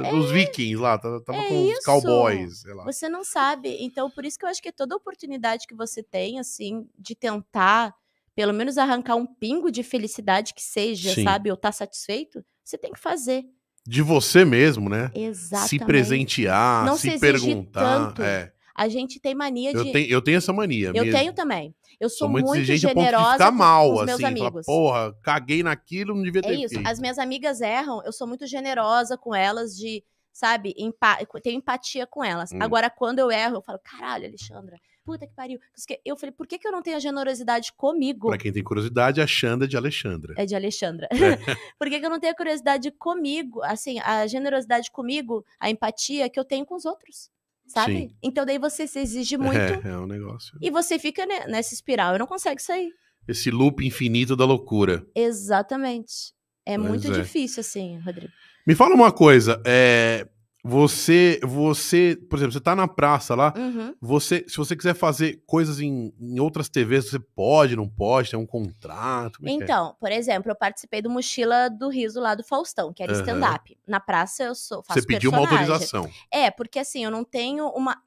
eh, dos vikings lá, tava tava é com os isso. cowboys, sei lá. Você não sabe. Então, por isso que eu acho que toda oportunidade que você tem, assim, de tentar, pelo menos arrancar um pingo de felicidade que seja, Sim. sabe? Ou tá satisfeito, você tem que fazer. De você mesmo, né? Exatamente. Se presentear, Não se se, exigir perguntar. tanto. É. A gente tem mania Eu de. tenho, eu tenho essa mania. Eu mesmo. tenho também. Eu sou, Sou muito, exigente a ponto de generosa ficar com- mal, com os assim. meus falar, amigos. Porra, caguei naquilo, não devia ter É isso. feito. As minhas amigas erram, eu sou muito generosa com elas de, sabe, empa tenho empatia com elas. Hum. Agora, quando eu erro, eu falo, caralho, Alexandra, puta que pariu. Eu falei, por que, que eu não tenho a generosidade comigo? Pra quem tem curiosidade, a Xanda de Alexandra. É de Alexandra. É. Por que, que eu não tenho a curiosidade comigo, assim, a generosidade comigo, a empatia que eu tenho com os outros, sabe? Sim. Então daí você se exige muito É, é um negócio. e você fica ne- nessa espiral e não consegue sair. Esse loop infinito da loucura. Exatamente. É Pois muito é. difícil, assim, Rodrigo. Me fala uma coisa. É, você, você, por exemplo, você tá na praça lá. Uhum. Você, se você quiser fazer coisas em, em outras TVs, você pode, não pode, tem um contrato. como é que é? Então, por exemplo, eu participei do Mochila do Riso lá do Faustão, que era Aham. stand-up. Na praça eu sou, faço Você pediu uma personagem. autorização. É, porque assim, eu não tenho uma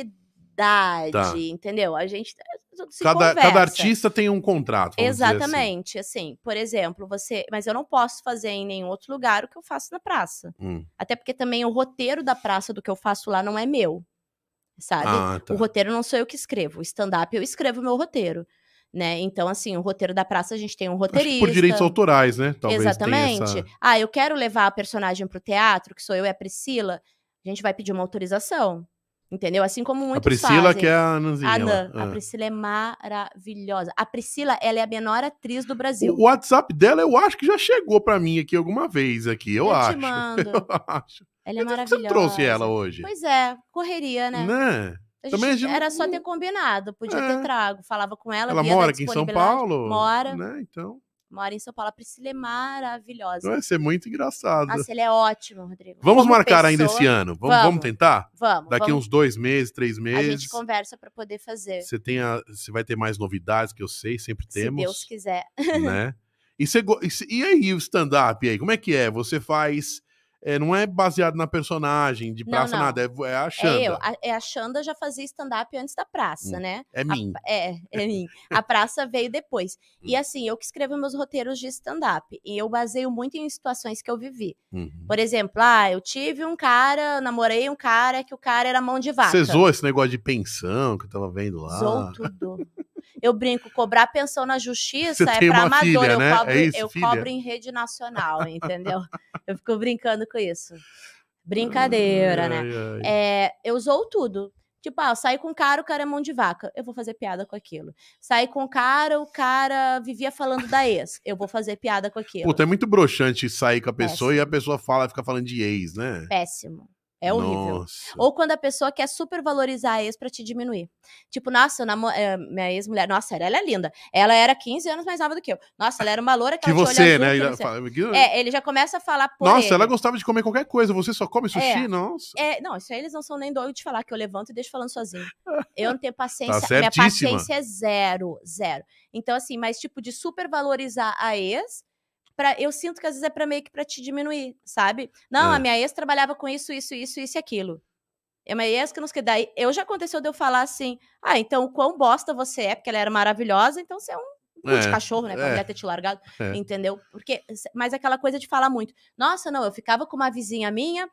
exclusividade, Tá. entendeu? A gente se Cada, conversa. cada artista tem um contrato. vamos dizer assim. Exatamente, assim. por exemplo, você, mas eu não posso fazer em nenhum outro lugar o que eu faço na praça. Hum. Até porque também o roteiro da praça do que eu faço lá não é meu. Sabe? Ah, tá. O roteiro não sou eu que escrevo. O stand-up eu escrevo o meu roteiro. né? Então, assim, o roteiro da praça a gente tem um Acho que roteirista. por direitos autorais, né? Talvez tenha Exatamente. essa- Ah, eu quero levar a personagem pro teatro, que sou eu e a Priscila. A gente vai pedir uma autorização. Entendeu? Assim como A muitos Priscila, fazem. que é a Nanzinha. A lá. Nan, a Ah. Priscila é maravilhosa. A Priscila, ela é a menor atriz do Brasil. O WhatsApp dela, eu acho que já chegou pra mim aqui alguma vez aqui, eu, acho. te mando. Eu acho. Ela é Por que maravilhosa. Você trouxe ela hoje, Pois é, correria, né? né? A Também a gente- gente não- Era só ter combinado, podia É. ter trago. Falava com ela. Ela, via da mora aqui em São disponibilidade. Paulo, Mora. né? Então, Mora em São Paulo. A Priscila é maravilhosa. vai ser muito engraçado. Nossa, ele é ótimo, Rodrigo. é Vamos Como marcar pessoa- ainda esse ano. Vamos, Vamos. vamos tentar? Vamos. Daqui vamos. uns dois meses, três A meses. gente conversa pra poder fazer. Você tem a- você vai ter mais novidades que eu sei, sempre Se Deus temos, quiser. É né? E, você go- e se- e aí o stand-up aí, como é que é? Você faz, é, não é baseado na personagem de Não, praça não. nada, é, vo- é a É eu. Xanda, A, é, a Xanda já fazia stand-up antes da praça, Hum. né? é, mim. É, é mim. A praça veio depois. Hum. E assim, eu que escrevo meus roteiros de stand-up. E eu baseio muito em situações que eu vivi. Uhum. Por exemplo, ah, eu tive um cara, eu namorei um cara que o cara era mão de vaca. Você zoou esse negócio de pensão que eu tava vendo lá. Zoou tudo. Eu brinco, cobrar pensão na justiça Você é tem pra uma amador. filha, eu né? cobro, É isso, eu filha? cobro em rede nacional, entendeu? eu fico brincando com isso. Brincadeira, né? Ai, ai. É, eu zoo tudo. Tipo, ah, eu saí com o cara, o cara é mão de vaca. Eu vou fazer piada com aquilo. Saí com o cara, o cara vivia falando da ex. Eu vou fazer piada com aquilo. Puta, é muito broxante sair com a pessoa e a pessoa fala, fica falando de ex, né? Péssimo. É horrível. Nossa. Ou quando a pessoa quer supervalorizar a ex pra te diminuir. Tipo, nossa, eu namo- é, minha ex-mulher, nossa, ela é linda. Ela era 15 anos mais nova do que eu. Nossa, ela era uma loura que, Que ela tá você, né? tinha olho azul, que Ele não sei- fala, "Que- É, ele já começa a falar por Nossa, ele. ela gostava de comer qualquer coisa. Você só come sushi? É. Nossa. É, não, isso aí eles não são nem doido de falar que eu levanto e deixo falando sozinho. Eu não tenho paciência, Tá minha certíssima. paciência é zero, zero. Então assim, mas tipo de supervalorizar a ex, para eu sinto que às vezes é para meio que para te diminuir, sabe? Não, É. a minha ex trabalhava com isso, isso, isso, isso e aquilo. É uma ex que não sei o que daí. Eu já aconteceu de eu falar assim: "Ah, então quão bosta você é, porque ela era maravilhosa, então você é um cu de É. cachorro, né, pra É. mulher ter te largado". É. Entendeu? Porque mas aquela coisa de falar muito. Nossa, não, eu ficava com uma vizinha minha,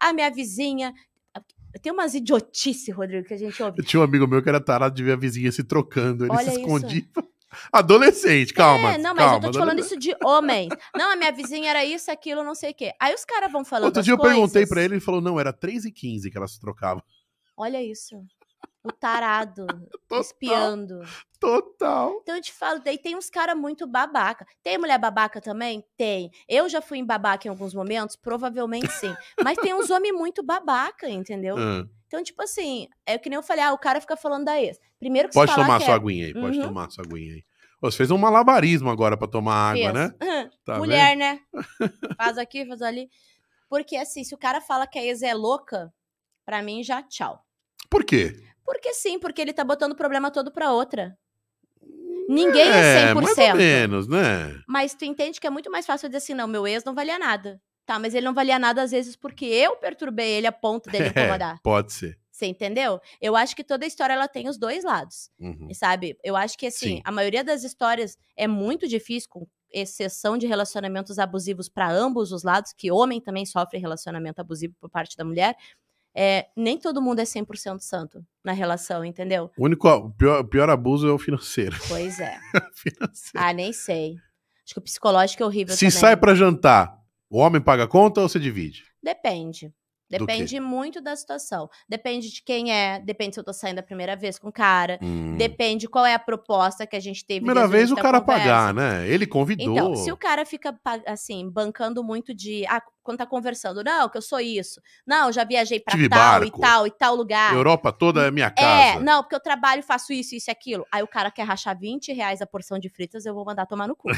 a minha vizinha. Ah, Tem umas idiotice, Rodrigo, que a gente ouve. Eu tinha um amigo meu que era tarado de ver a vizinha se trocando. Ele Olha se isso. escondia. Adolescente, calma. é, não, mas calma, eu tô te falando isso de homens. Não, a minha vizinha era isso, aquilo, não sei o quê. Aí os caras vão falando. Outro as dia eu perguntei coisas. pra ele, ele falou, não, era 3 e 15 que ela se trocava. Olha isso. O tarado, Total, espiando. total. Então eu te falo, daí tem uns caras muito babaca. Tem mulher babaca também? Tem. Eu já fui em babaca em alguns momentos? Provavelmente sim. Mas tem uns homens muito babaca, entendeu? Ah, Então, tipo assim, é que nem eu falei, ah, o cara fica falando da ex. Primeiro que se Pode falar tomar que sua é- aguinha aí, pode Uhum. tomar sua aguinha aí. Ô, Você fez um malabarismo agora pra tomar água, Fez. né? Tá é Mulher, né? Faz aqui, faz ali. Porque assim, se o cara fala que a ex é louca, pra mim já tchau. vendo? Por quê? Porque sim, porque ele tá botando o problema todo pra outra. Ninguém é 100%. mais ou menos, né? Mas tu entende que é muito mais fácil eu dizer assim, não, meu ex não valia nada. Tá, mas ele não valia nada às vezes porque eu perturbei ele a ponto É. dele incomodar. Pode ser. Você entendeu? Eu acho que toda história ela tem os dois lados. Uhum. Sabe? Eu acho que assim, Sim. a maioria das histórias é muito difícil, com exceção de relacionamentos abusivos para ambos os lados, que homem também sofre relacionamento abusivo por parte da mulher. É, nem todo mundo é 100% santo na relação, entendeu? O único, o pior, o pior abuso é o financeiro. Pois é. Financeiro. ah, nem sei. Acho que o psicológico é horrível Se também. sai pra jantar, o homem paga a conta ou você divide? Depende. Do quê? Depende muito da situação. Depende de quem é, depende se eu tô saindo a primeira vez com o cara, Hum. depende qual é a proposta que a gente teve. Primeira desde vez o início da cara conversa. pagar, né? Ele convidou. Então, se o cara fica, pa- assim, bancando muito de. Ah, quando tá conversando, não, que eu sou isso. Não, eu já viajei pra Tive tal barco. e tal e tal lugar. Europa toda é minha É, casa. não, porque eu trabalho, faço isso, isso e aquilo. Aí o cara quer rachar 20 reais a porção de fritas, eu vou mandar tomar no cu.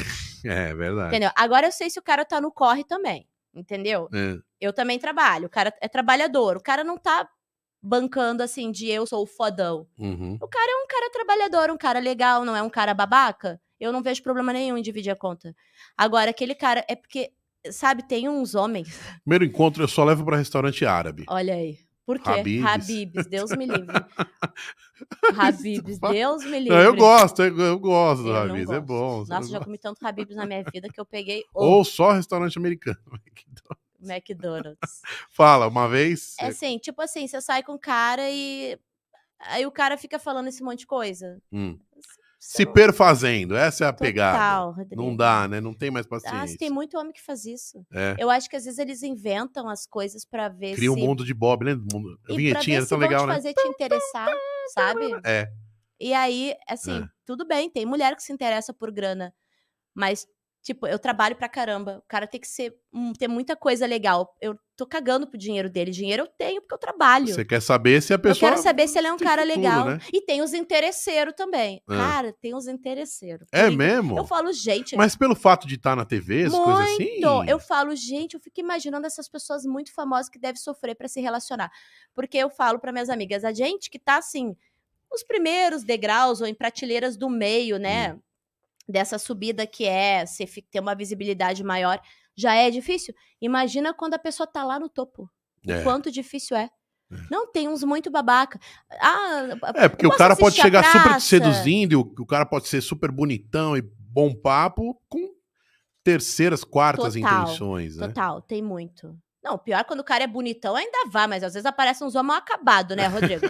É, verdade. entendeu? Agora eu sei se o cara tá no corre também. Entendeu? É. Eu também trabalho. O cara é trabalhador. O cara não tá bancando assim de eu sou o fodão. Uhum. O cara é um cara trabalhador, um cara legal, não é um cara babaca. Eu não vejo problema nenhum em dividir a conta. Agora, aquele cara é porque, sabe, tem uns homens. Primeiro encontro eu só levo pra restaurante árabe. Olha aí. Por quê? Habib's. Habibs, Deus me livre. Habibs, Deus me livre. Não, É, eu gosto, eu, eu gosto, Eu não Rabis, é gosto. bom. Nossa, eu já gosto. comi tanto Habibs na minha vida que eu peguei o Ou só restaurante americano. McDonald's. Fala, uma vez. É assim, tipo assim, você sai com o cara e. Aí o cara fica falando esse monte de coisa. Hum. se perfazendo. Essa é a pegada. Total, Rodrigo. Não dá, né? Não tem mais paciência. Ah, tem muito homem que faz isso. É. Eu acho que às vezes eles inventam as coisas pra ver Cria um se mundo de Bob, lembra? Mundo- A e vinhetinha pra ver era se tão vão legal, te né? fazer te interessar, sabe? É. E aí, assim, É. tudo bem, tem mulher que se interessa por grana, mas tipo, eu trabalho pra caramba. O cara tem que ser hum, ter muita coisa legal. Eu tô cagando pro dinheiro dele. Dinheiro eu tenho porque eu trabalho. Você quer saber se a pessoa. eu quero saber se ele é um tem cara futuro, legal. né? E tem os interesseiros também. Ah. Cara, tem os interesseiros. É Por mesmo? Eu falo, gente, Mas pelo fato de estar na TV, essas coisas assim. muito. Eu falo, gente, eu fico imaginando essas pessoas muito famosas que devem sofrer pra se relacionar. Porque eu falo pra minhas amigas, a gente que tá assim, nos primeiros degraus ou em prateleiras do meio, né? Hum. Dessa subida que é você fi- ter uma visibilidade maior, já é difícil. Imagina quando a pessoa tá lá no topo. É. Quanto difícil é. Não, tem uns muito babaca. Ah, É, porque o Posso cara pode assistir a chegar super te praça? seduzindo, e o, o cara pode ser super bonitão e bom papo com terceiras, quartas Total, intenções, né? Total, tem muito. Não, pior quando o cara é bonitão ainda vá, mas às vezes aparece uns homens mal acabados, né, Rodrigo?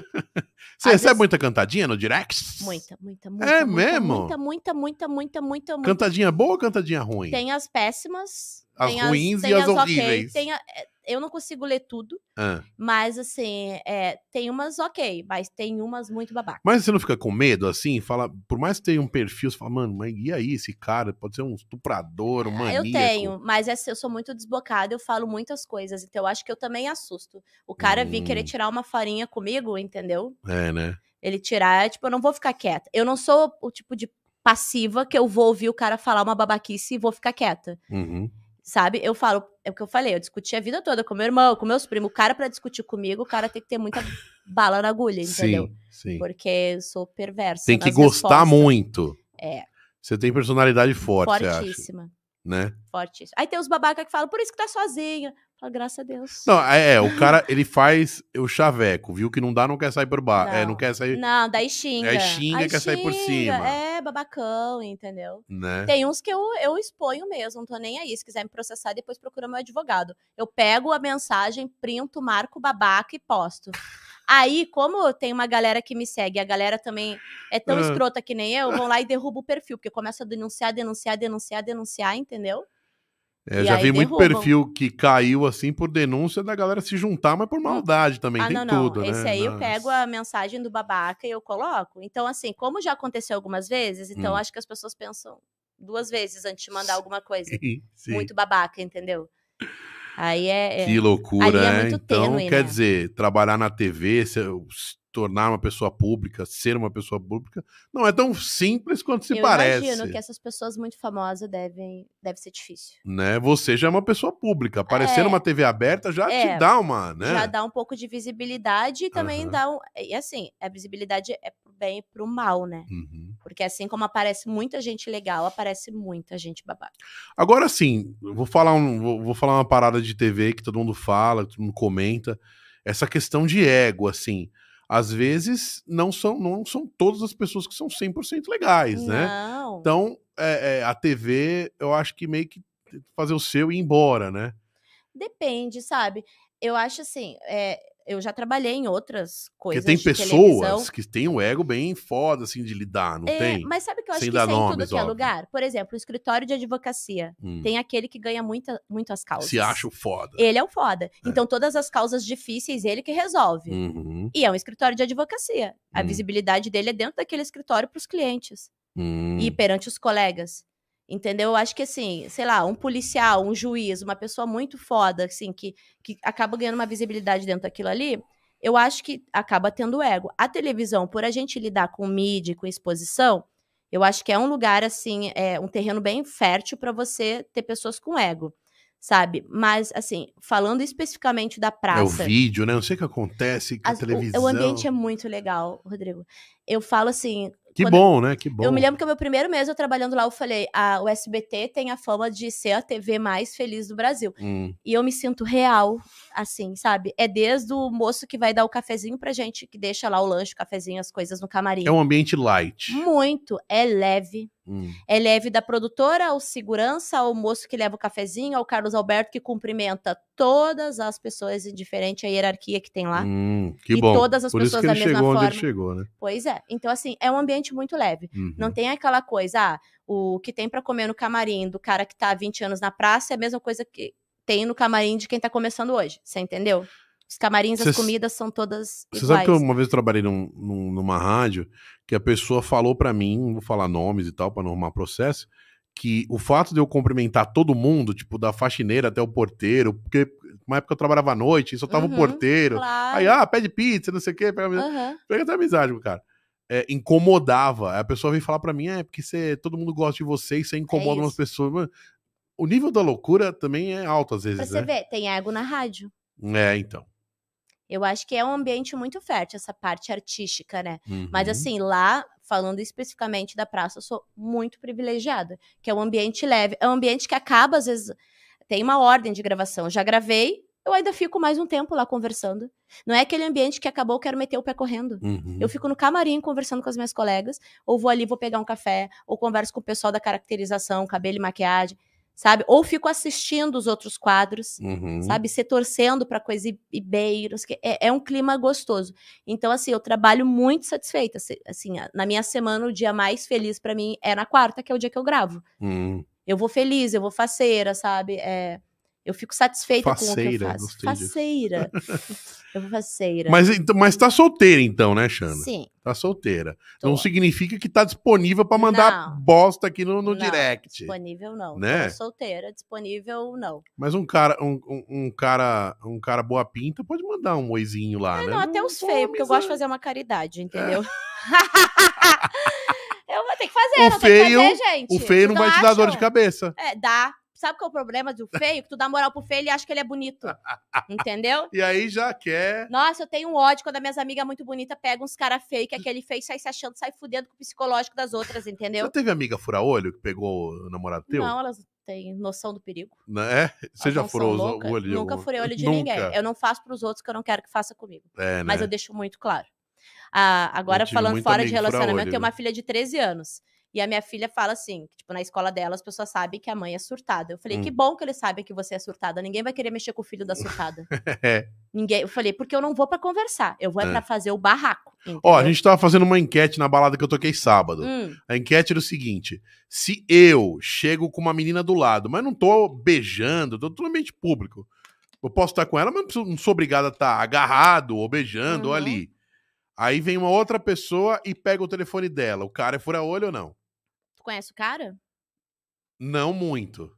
Você Às recebe vezes- muita cantadinha no direct? Muita, muita, muita. É muita, mesmo? Muita, muita, muita, muita, muita, muita. Cantadinha boa ou cantadinha ruim? Tem as péssimas. assim. As tem ruins tem e as ok, horríveis. tem a- é, eu não consigo ler tudo, Ah. mas assim, é, tem umas ok, mas tem umas muito babacas. Mas você não fica com medo assim? Fala, por mais que tenha um perfil, você fala, mano, mas e aí esse cara? Pode ser um estuprador, um Ah, Eu maníaco. tenho, mas assim, eu sou muito desbocada, eu falo muitas coisas, então eu acho que eu também assusto. O cara vir Hum. querer tirar uma farinha comigo, entendeu? É, né? ele tirar, tipo, eu não vou ficar quieta. Eu não sou o tipo de passiva que eu vou ouvir o cara falar uma babaquice e vou ficar quieta. Uhum. Sabe? Eu falo, é o que eu falei, eu discuti a vida toda com meu irmão, com meus primos. O cara pra discutir comigo, o cara tem que ter muita bala na agulha, entendeu? Sim, sim. Porque eu sou perversa. Tem que nas gostar respostas. muito. É. Você tem personalidade forte, você acha, Fortíssima, né? fortíssima. Aí tem os babaca que falam, por isso que tá sozinha. Fala, graças a Deus. Não, é, é, o cara, ele faz o chaveco, viu que não dá, não quer sair por baixo. É, Não. não quer sair, Não, daí xinga. Aí xinga, quer sair por xinga, cima. É, babacão, entendeu? né? Tem uns que eu, eu exponho mesmo, não tô nem aí. Se quiser me processar, depois procura meu advogado. Eu pego a mensagem, printo, marco babaca e posto. Aí, como tem uma galera que me segue, a galera também é tão Ah. escrota que nem eu, vão lá e derruba o perfil, porque começa a denunciar, denunciar, denunciar, denunciar, entendeu? É, e já aí vi muito derrubam. perfil que caiu assim por denúncia da galera se juntar, mas por maldade também. ah, tem não, tudo, não. né? Esse aí eu Nossa. pego a mensagem do babaca e eu coloco. Então, assim, como já aconteceu algumas vezes, então Hum. acho que as pessoas pensam duas vezes antes de mandar alguma coisa. Sim. muito babaca, entendeu? Aí é. é- Que loucura, Ali é né? muito então, tênue, quer né? dizer, trabalhar na TV, se, se tornar uma pessoa pública, ser uma pessoa pública, não é tão simples quanto se eu parece. imagino que é essas pessoas muito famosas devem deve ser difícil. Né? Você já é uma pessoa pública. Aparecer É. numa TV aberta já te É. dá uma, né? Já dá um pouco de visibilidade e também Aham. dá um. E assim, a visibilidade é pro bem e pro mal, né? Uhum. Porque assim como aparece muita gente legal, aparece muita gente babaca. Agora sim, eu vou falar, um, vou, vou falar uma parada de TV que todo mundo fala, que todo mundo comenta. Essa questão de ego, assim. Às vezes não são, não são todas as pessoas que são 100% legais, né? Não. Então, é, é, a TV, eu acho que meio que tem que fazer o seu e ir embora, né? Depende, sabe? Eu acho assim, é, eu já trabalhei em outras Porque coisas. tem é, de televisão. pessoas que têm um ego bem foda, assim, de lidar, não É, tem? Mas sabe que eu acho Sem que dar isso é em nomes, tudo que é óbvio. lugar? Por exemplo, o escritório de advocacia. Hum, Tem aquele que ganha muita, muito as causas. se acha o foda. Ele é o foda. Então, todas as causas difíceis, ele que resolve. Uhum, E é um escritório de advocacia. A Hum. visibilidade dele é dentro daquele escritório para os clientes hum. e perante os colegas. Entendeu? Eu acho que assim, sei lá, um policial, um juiz, uma pessoa muito foda, assim, que, que acaba ganhando uma visibilidade dentro daquilo ali, eu acho que acaba tendo ego. A televisão, por a gente lidar com mídia, e com exposição, eu acho que é um lugar, assim, é um terreno bem fértil para você ter pessoas com ego, sabe? Mas, assim, falando especificamente da praça. É o vídeo, né? Não sei o que acontece com a as- o- televisão. o, ambiente é muito legal, Rodrigo. Eu falo assim, Que quando- bom, né? Que bom. eu me lembro que o meu primeiro mês eu trabalhando lá, eu falei, a, o SBT tem a fama de ser a TV mais feliz do Brasil. Hum. E eu me sinto real, assim, sabe? É desde o moço que vai dar o cafezinho pra gente, que deixa lá o lanche, o cafezinho, as coisas no camarim. É um ambiente light. Muito, é leve, Hum. É leve da produtora ao segurança, ao moço que leva o cafezinho, ao Carlos Alberto que cumprimenta todas as pessoas, indiferente à hierarquia que tem lá. Hum, que e bom. todas as Por isso pessoas que da ele mesma chegou onde forma. ele chegou, né? Pois é. Então, assim, é um ambiente muito leve. Uhum. Não tem aquela coisa, ah, o que tem pra comer no camarim do cara que tá há 20 anos na praça é a mesma coisa que tem no camarim de quem tá começando hoje. Você entendeu? Os camarins, as Cês- comidas são todas Você sabe iguais. que eu, uma vez eu trabalhei num- num- numa rádio que a pessoa falou pra mim, não vou falar nomes e tal, pra não arrumar processo, que o fato de eu cumprimentar todo mundo, tipo, da faxineira até o porteiro, porque uma época eu trabalhava à noite e só tava o Uhum, porteiro. Claro. Aí, ah, pede pizza, não sei o quê, pega, Aham. pega até amizade com o cara. É, incomodava. Aí A pessoa veio falar pra mim, é, porque você, todo mundo gosta de você e você incomoda umas É isso. pessoas. Mano, o nível da loucura também é alto às Pra vezes, você né? ver, tem ego na rádio. É, então. Eu acho que é um ambiente muito fértil, essa parte artística, né? Mas Uhum. assim, lá, falando especificamente da praça, eu sou muito privilegiada, que é um ambiente leve, é um ambiente que acaba às vezes tem uma ordem de gravação, já gravei, eu ainda fico mais um tempo lá conversando. Não é aquele ambiente que acabou, eu quero meter o pé correndo. Uhum. Eu fico no camarim conversando com as minhas colegas, ou vou ali, vou pegar um café, ou converso com o pessoal da caracterização, cabelo e maquiagem, sabe? Ou fico assistindo os outros quadros Uhum. sabe? Se torcendo para coisa e e beiros, que é, é um clima gostoso. Então, assim, eu trabalho muito satisfeita. se- Assim, a- na minha semana, o dia mais feliz para mim é na quarta, que é o dia que eu gravo. Uhum. Eu vou feliz, eu vou faceira, sabe? É, eu fico satisfeita com o que Faceira, eu faço. gostei disso. Faceira. eu vou faceira. Mas, então- mas tá solteira então, né, Xana? Sim. Tá solteira. tô. Não significa que tá disponível pra mandar Não. bosta aqui no, no Não, direct. Disponível não. Né? Tô solteira, disponível não. Mas um cara, um, um, um cara, um cara boa pinta pode mandar um oizinho lá, né? É, Não, até os tô feios, porque eu gosto de amizade. fazer uma caridade, É. entendeu? eu vou ter que fazer, O não feio- tem que fazer, gente. O feio não Vocês vai te dar dor de acham? cabeça. É, dá. Sabe qual é o problema do feio? Que tu dá moral pro feio, ele acha que ele é bonito. Entendeu? E aí já quer. Nossa, eu tenho um ódio quando as minhas amigas muito bonitas pegam uns caras feios, que aquele feio sai se achando, sai fudendo com o psicológico das outras, entendeu? Já teve amiga fura-olho que pegou o namorado teu? Não, elas têm noção do perigo. Né? Você Elas já não são furou os- loucas. o olho? de Nunca alguma- furei olho de Nunca. ninguém. Eu não faço pros outros que eu não quero que faça comigo. É, né? Mas eu deixo muito claro. Ah, agora, tive falando muito fora de amigo relacionamento, fura-olho, eu tenho uma viu? filha de 13 anos. E a minha filha fala assim: que, tipo, na escola dela as pessoas sabem que a mãe é surtada. Eu falei, Hum. que bom que eles sabem que você é surtada. Ninguém vai querer mexer com o filho da surtada. É. Ninguém. Eu falei, porque eu não vou pra conversar. Eu vou é, É. pra fazer o barraco. Entendeu? Ó, a gente tava fazendo uma enquete na balada que eu toquei sábado. Hum, A enquete era o seguinte: se eu chego com uma menina do lado, mas não tô beijando, tô totalmente público. Eu posso estar com ela, mas não preciso- não sou obrigado a estar agarrado, ou beijando, ou Uhum. ali. Aí vem uma outra pessoa e pega o telefone dela. O cara é fura-olho ou não? tu conhece o cara? Não muito.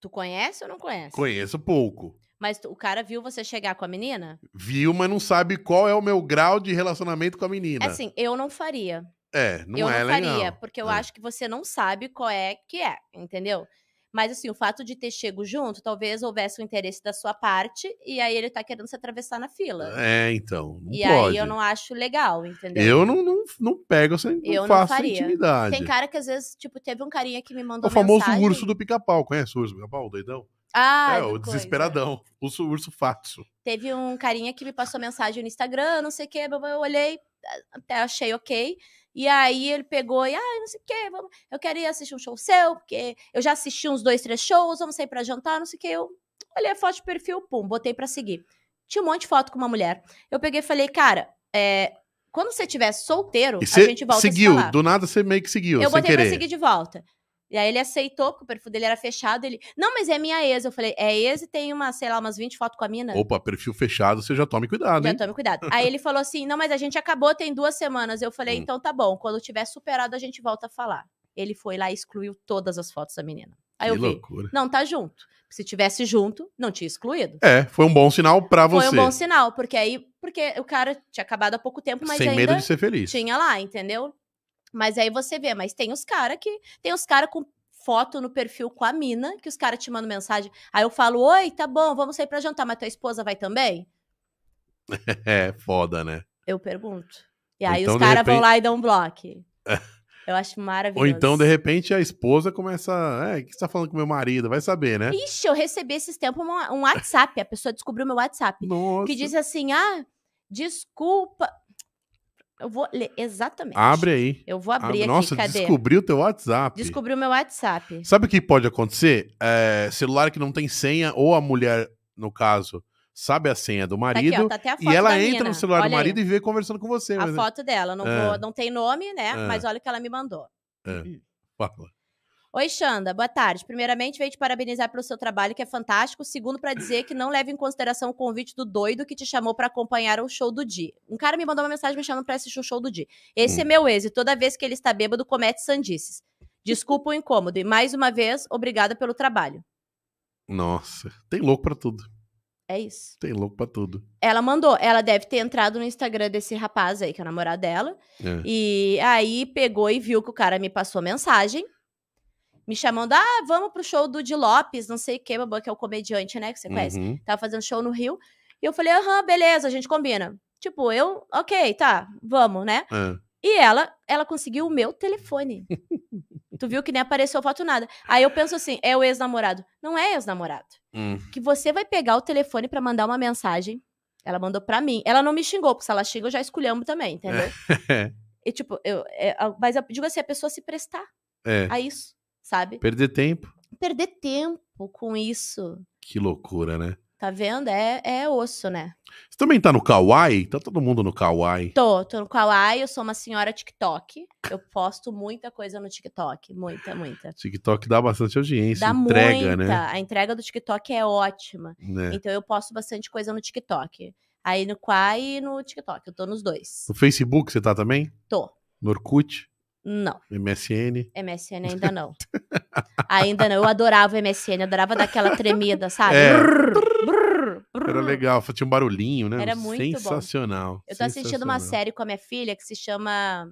Tu conhece ou não conhece? Conheço pouco. Mas tu- o cara viu você chegar com a menina? Viu, mas não sabe qual é o meu grau de relacionamento com a menina. Assim, eu não faria. é, não eu é não legal. faria, porque eu É. acho que você não sabe qual é que é, entendeu? Mas assim, o fato de ter chego junto, talvez houvesse um interesse da sua parte e aí ele tá querendo se atravessar na fila. É, então. Não e pode. aí eu não acho legal, entendeu? Eu não, não, não pego essa não Eu não faço essa faria. intimidade. Tem cara que às vezes, tipo, teve um carinha que me mandou O famoso mensagem. urso do pica-pau. Conhece o urso do pica-pau, o doidão? Ah, é, o coisa. desesperadão. Urso, urso fácil. Teve um carinha que me passou mensagem no Instagram, não sei o quê, blá, blá, eu olhei, até achei ok. E aí ele pegou e, ah, não sei o quê, vamos, eu quero ir assistir um show seu, porque eu já assisti uns dois, três shows, vamos sair pra jantar, não sei o quê. Eu olhei a foto de perfil, pum, botei pra seguir. Tinha um monte de foto com uma mulher. Eu peguei e falei, cara, é, quando você estiver solteiro, E a você gente volta a seguiu, se falar. do nada você meio que seguiu, Eu sem botei pra querer. seguir de volta. E aí ele aceitou, porque o perfil dele era fechado. Ele, não, mas é minha ex. Eu falei, é ex e tem uma, sei lá, umas 20 fotos com a mina. Opa, perfil fechado, você já tome cuidado, Já hein? tome cuidado. Aí ele falou assim: não, mas a gente acabou, tem duas semanas. Eu falei, Hum. então tá bom, quando tiver superado, a gente volta a falar. Ele foi lá e excluiu todas as fotos da menina. Aí que eu vi. loucura. Não, tá junto. Se tivesse junto, não tinha excluído. É, foi um bom sinal pra você. Foi um bom sinal, porque aí. Porque o cara tinha acabado há pouco tempo, mas sem ainda medo de ser feliz. tinha lá, entendeu? Mas aí você vê, mas tem os caras que. Tem os caras com foto no perfil com a mina, que os caras te mandam mensagem. Aí eu falo, oi, tá bom, vamos sair pra jantar, mas tua esposa vai também? É, foda, né? Eu pergunto. E aí Então, os de caras vão repente- lá e dão um bloco. Eu acho maravilhoso. Ou então, de repente, a esposa começa. É, o que você tá falando com meu marido? Vai saber, né? Ixi, eu recebi esses tempos uma- um WhatsApp. A pessoa descobriu meu WhatsApp. Nossa. Que diz assim: ah, desculpa. Eu vou ler, exatamente. Abre aí. Eu vou abrir Ah, aqui, Nossa, cadê? descobriu teu WhatsApp. Descobri o meu WhatsApp. Sabe o que pode acontecer? É, celular que não tem senha, ou a mulher, no caso, sabe a senha do Tá aqui, marido, ó, tá até a foto e ela da entra mina. no celular Olha do aí. marido e vê conversando com você. A mas- foto dela, não, É. vou- não tem nome, né? É. Mas olha o que ela me mandou. Fala. Oi, Xanda, boa tarde. Primeiramente, veio te parabenizar pelo seu trabalho, que é fantástico. Segundo, pra dizer que não leva em consideração o convite do doido que te chamou pra acompanhar o show do Di. Um cara me mandou uma mensagem me chamando pra assistir o show do Di. Esse é meu ex, e toda vez que ele está bêbado, comete sandices. Desculpa o incômodo, e mais uma vez, obrigada pelo trabalho. Nossa, tem louco pra tudo. É isso. Tem louco pra tudo. Ela mandou, ela deve ter entrado no Instagram desse rapaz aí, que é o namorado dela. É. E aí pegou e viu que o cara me passou mensagem, me chamando, ah, vamos pro show do Di Lopes, não sei o que, babá, que é o comediante, né, que você conhece. Uhum. Tava fazendo show no Rio. E eu falei, aham, beleza, a gente combina. Tipo, eu, ok, tá, vamos, né? É. E ela, ela conseguiu o meu telefone. tu viu que nem apareceu foto nada. Aí eu penso assim, é o ex-namorado. Não é ex-namorado Hum. que você vai pegar o telefone pra mandar uma mensagem. Ela mandou pra mim. Ela não me xingou, porque se ela xinga, eu já esculhambo também, entendeu? e tipo, eu, é, a- mas eu digo assim, a pessoa se prestar É. a isso, sabe? Perder tempo. Perder tempo com isso, Que loucura, né? tá vendo? É, é osso, né? Você também tá no Kawaii? Tá todo mundo no Kawaii. Tô, tô no Kawaii, eu sou uma senhora TikTok. Eu posto muita coisa no TikTok, muita, muita. TikTok dá bastante audiência, Dá entrega, muita. né? A entrega do TikTok é ótima. Né? Então eu posto bastante coisa no TikTok. Aí no Quai e no TikTok. Eu tô nos dois. No Facebook você tá também? Tô. No Orkut? Não, MSN? MSN ainda não. ainda não. Eu adorava o MSN, adorava dar aquela tremida, sabe? É. Brrr, Ah, brrr, brrr. Era legal, tinha um barulhinho, né? Era muito bom. Sensacional. Eu tô assistindo uma sensacional. série com a minha filha que se chama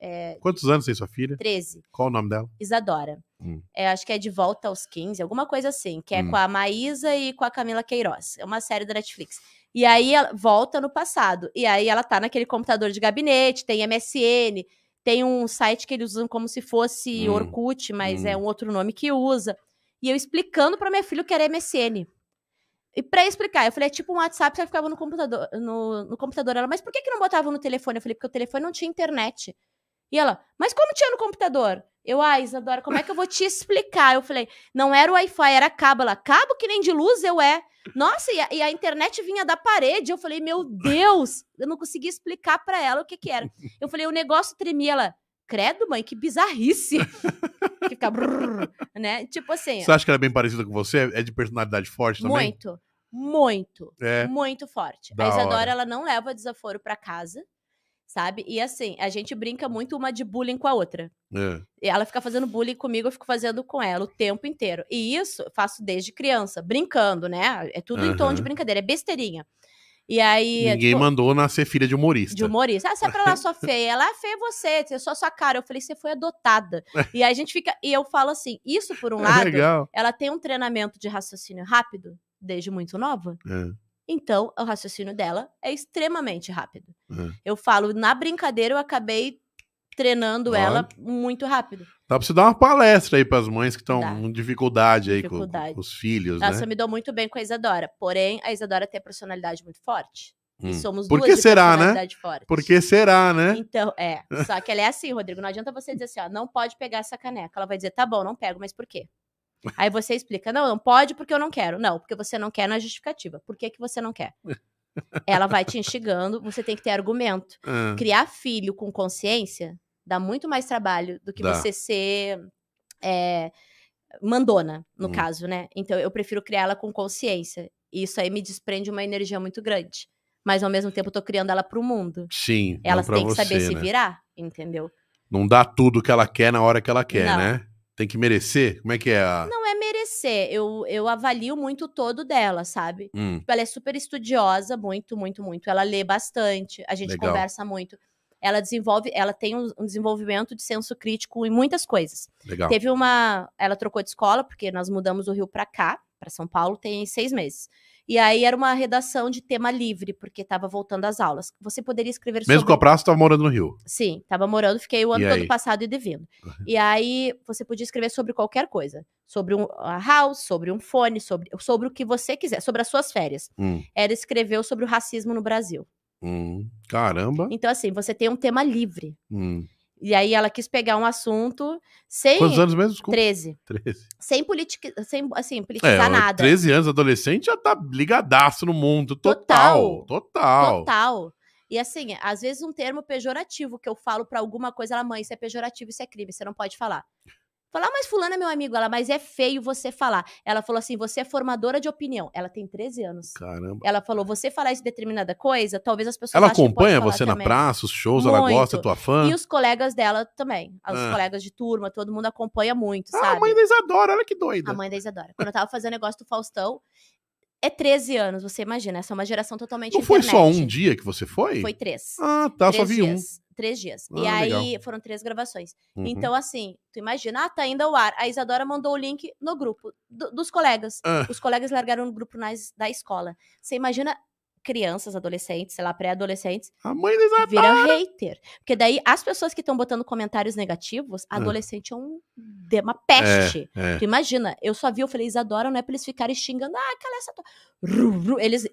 é, Quantos anos tem sua filha? 13, Qual o nome dela? Isadora. Hum. É, acho que é De Volta aos 15, alguma coisa assim, que é Hum. com a Maísa e com a Camila Queiroz. É uma série da Netflix. E aí ela volta no passado. E aí ela tá naquele computador de gabinete, tem MSN, tem um site que eles usam como se fosse Hum. Orkut, mas Hum. é um outro nome que usa. E eu explicando pra minha filha o que era MSN. E pra explicar, eu falei, é tipo um WhatsApp, você ficava no computador, no, no computador. Ela, mas por que, que não botava no telefone? Eu falei, porque o telefone não tinha internet. E ela, mas como tinha no computador? Eu, ah, Isadora, como é que eu vou te explicar? Eu falei, não era Wi-Fi, era cabo. Ela, cabo que nem de luz eu é. Nossa, e a, e a internet vinha da parede. Eu falei, meu Deus! Eu não conseguia explicar pra ela o que que era. Eu falei, o negócio tremia. Ela, credo, mãe, que bizarrice. que fica... brrr, né? Tipo assim, Você acha que ela é bem parecida com você? É de personalidade forte também? muito, muito É. muito forte. Da a Isadora, hora. ela não leva desaforo pra casa, sabe? E assim, a gente brinca muito uma de bullying com a outra. é. E Ela fica fazendo bullying comigo, eu fico fazendo com ela o tempo inteiro. E isso eu faço desde criança, brincando, né? É tudo em tom de Aham. brincadeira, é besteirinha. E aí. Ninguém tipo, mandou nascer filha de humorista. de humorista. Ah, sai pra lá, sua feia. Ela é feia é você, eu sou a sua cara. Eu falei, você foi adotada. E aí a gente fica. E eu falo assim: isso por um É lado, legal. ela tem um treinamento de raciocínio rápido, desde muito nova. É. Então, o raciocínio dela é extremamente rápido. É. Eu falo, na brincadeira, eu acabei treinando Olha. ela muito rápido. Dá pra você dar uma palestra aí pras mães que estão Dá. com dificuldade aí com- Com, Dificuldade. os filhos, Nossa, né? eu me dou muito bem com a Isadora. Porém, a Isadora tem a personalidade muito forte. Hum. E somos Por duas que de será, né? personalidade forte. Por que será, né? Então, é. Só que ela é assim, Rodrigo. Não adianta você dizer assim, ó, não pode pegar essa caneca. Ela vai dizer, tá bom, não pego, mas por quê? Aí você explica, não, não pode porque eu não quero. Não, porque você não quer na justificativa. Por que, que você não quer? Ela vai te instigando, você tem que ter argumento. Ah, criar filho com consciência dá muito mais trabalho do que Dá. você ser é, mandona, no Hum. caso, né? Então eu prefiro criar ela com consciência. E isso aí me desprende uma energia muito grande. Mas ao mesmo tempo eu tô criando ela pro mundo. Sim. não Elas pra têm que saber você, se né? virar, entendeu? Não dá tudo que ela quer na hora que ela quer, Não. né? Tem que merecer? Como é que é a. Não é merecer. Eu, eu avalio muito o todo dela, sabe? Hum, Tipo, Ela é super estudiosa, muito, muito, muito. Ela lê bastante, a gente Legal. conversa muito. Ela desenvolve, ela tem um um desenvolvimento de senso crítico em muitas coisas. legal. Teve uma. Ela trocou de escola, porque nós mudamos do Rio pra cá, pra São Paulo, tem seis meses. E aí era uma redação de tema livre, porque tava voltando às aulas. Você poderia escrever Mesmo sobre. com a praça, tava morando no Rio. Sim, tava morando, fiquei o ano E todo aí? Uhum. passado e devendo. E aí você podia escrever sobre qualquer coisa. Sobre um, a house, sobre um fone, sobre, sobre o que você quiser, sobre as suas férias. Hum, Ela escreveu sobre o racismo no Brasil. Hum, caramba. Então, assim, você tem um tema livre. Hum. E aí ela quis pegar um assunto sem. Quantos anos mesmo? Desculpa. 13. 13. Sem, politica... sem assim, É, politizar nada. 13 anos, adolescente, já tá ligadaço no mundo. Total. Total. Total. E assim, às vezes um termo pejorativo que eu falo pra alguma coisa, ela, mãe, isso é pejorativo, isso é crime, você não pode falar. Falar, mas fulano é meu amigo, ela, mas é feio você falar. Ela falou assim, você é formadora de opinião. Ela tem 13 anos. Caramba. Ela falou, você falar isso de determinada coisa, talvez as pessoas Ela achem que pode acompanha falar você na também. praça, os shows, ela Muito. gosta, é tua fã. E os colegas dela também. Os Ah. colegas de turma, todo mundo acompanha muito, Ah, sabe? a mãe da Isadora, olha que doida. A mãe da Isadora. Quando eu tava fazendo negócio do Faustão, é 13 anos, você imagina. Essa é uma geração totalmente Não foi só internet. um dia que você foi? Foi três. Ah, tá, só três vi um. dias. Três dias. e Ah, aí legal. foram três gravações. Uhum. Então, assim, tu imagina, ah, tá indo ao ar. A Isadora mandou o link no grupo do- dos colegas. Ah. Os colegas largaram no grupo nas- da escola. Você imagina crianças, adolescentes, sei lá, pré-adolescentes, A mãe da Isadora. viram hater. Porque daí as pessoas que estão botando comentários negativos, Ah. adolescente é um, de- uma peste. É. Tu imagina, eu só vi, eu falei, Isadora, não é pra eles ficarem xingando, ah, cala essa tua. Ru, ru, Eles.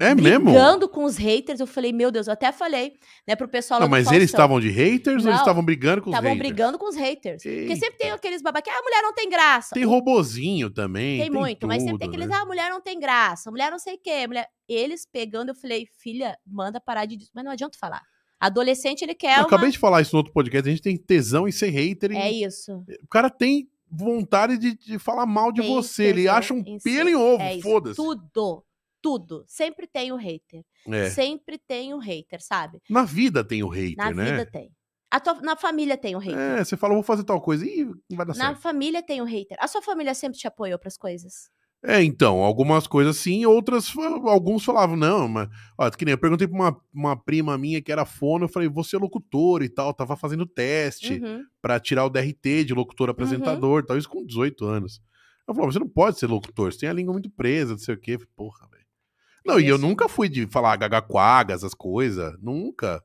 É mesmo? Brigando com os haters, eu falei, meu Deus, eu até falei, né, pro pessoal. lá Não, do mas eles Faustão. estavam de haters ou eles Não, estavam brigando com os Estavam haters? brigando com os haters. Porque Eita. sempre tem aqueles babaca, ah, a mulher não tem graça. Tem robozinho também. tem, Tem, muito, mas sempre tudo, tem aqueles, né? ah, a mulher não tem graça, a mulher não sei o quê. a Mulher... Eles pegando, eu falei, filha, manda parar de. Mas não adianta falar. Adolescente, ele quer. Eu é Uma... acabei de falar isso no outro podcast. A gente tem tesão em ser hater. e É isso. O cara tem vontade de, de falar mal de Tem você. Ele tesão acha um é, em pelo ser- em ovo. é isso. Foda-se. Tudo. Tudo. Sempre tem o hater. É. Sempre tem o hater, sabe? Na vida tem o hater, é Na né? vida tem. A tua- na família tem o hater. É, você fala, vou fazer tal coisa. Ih, não vai dar na certo. família tem o hater. A sua família sempre te apoiou pras coisas? É, então, algumas coisas sim, outras, fa- alguns falavam, não, mas, ó, que nem eu perguntei pra uma, uma prima minha que era fono, eu falei, você é locutor e tal, tava fazendo teste. Uhum. Pra tirar o DRT de locutor apresentador, tal, isso com 18 anos. Ela falou, "Mas você não pode ser locutor, você tem a língua muito presa, não sei o quê. Eu falei, Porra, velho. Não, e eu Isso. nunca fui de falar gagaquaga, essas coisas, nunca.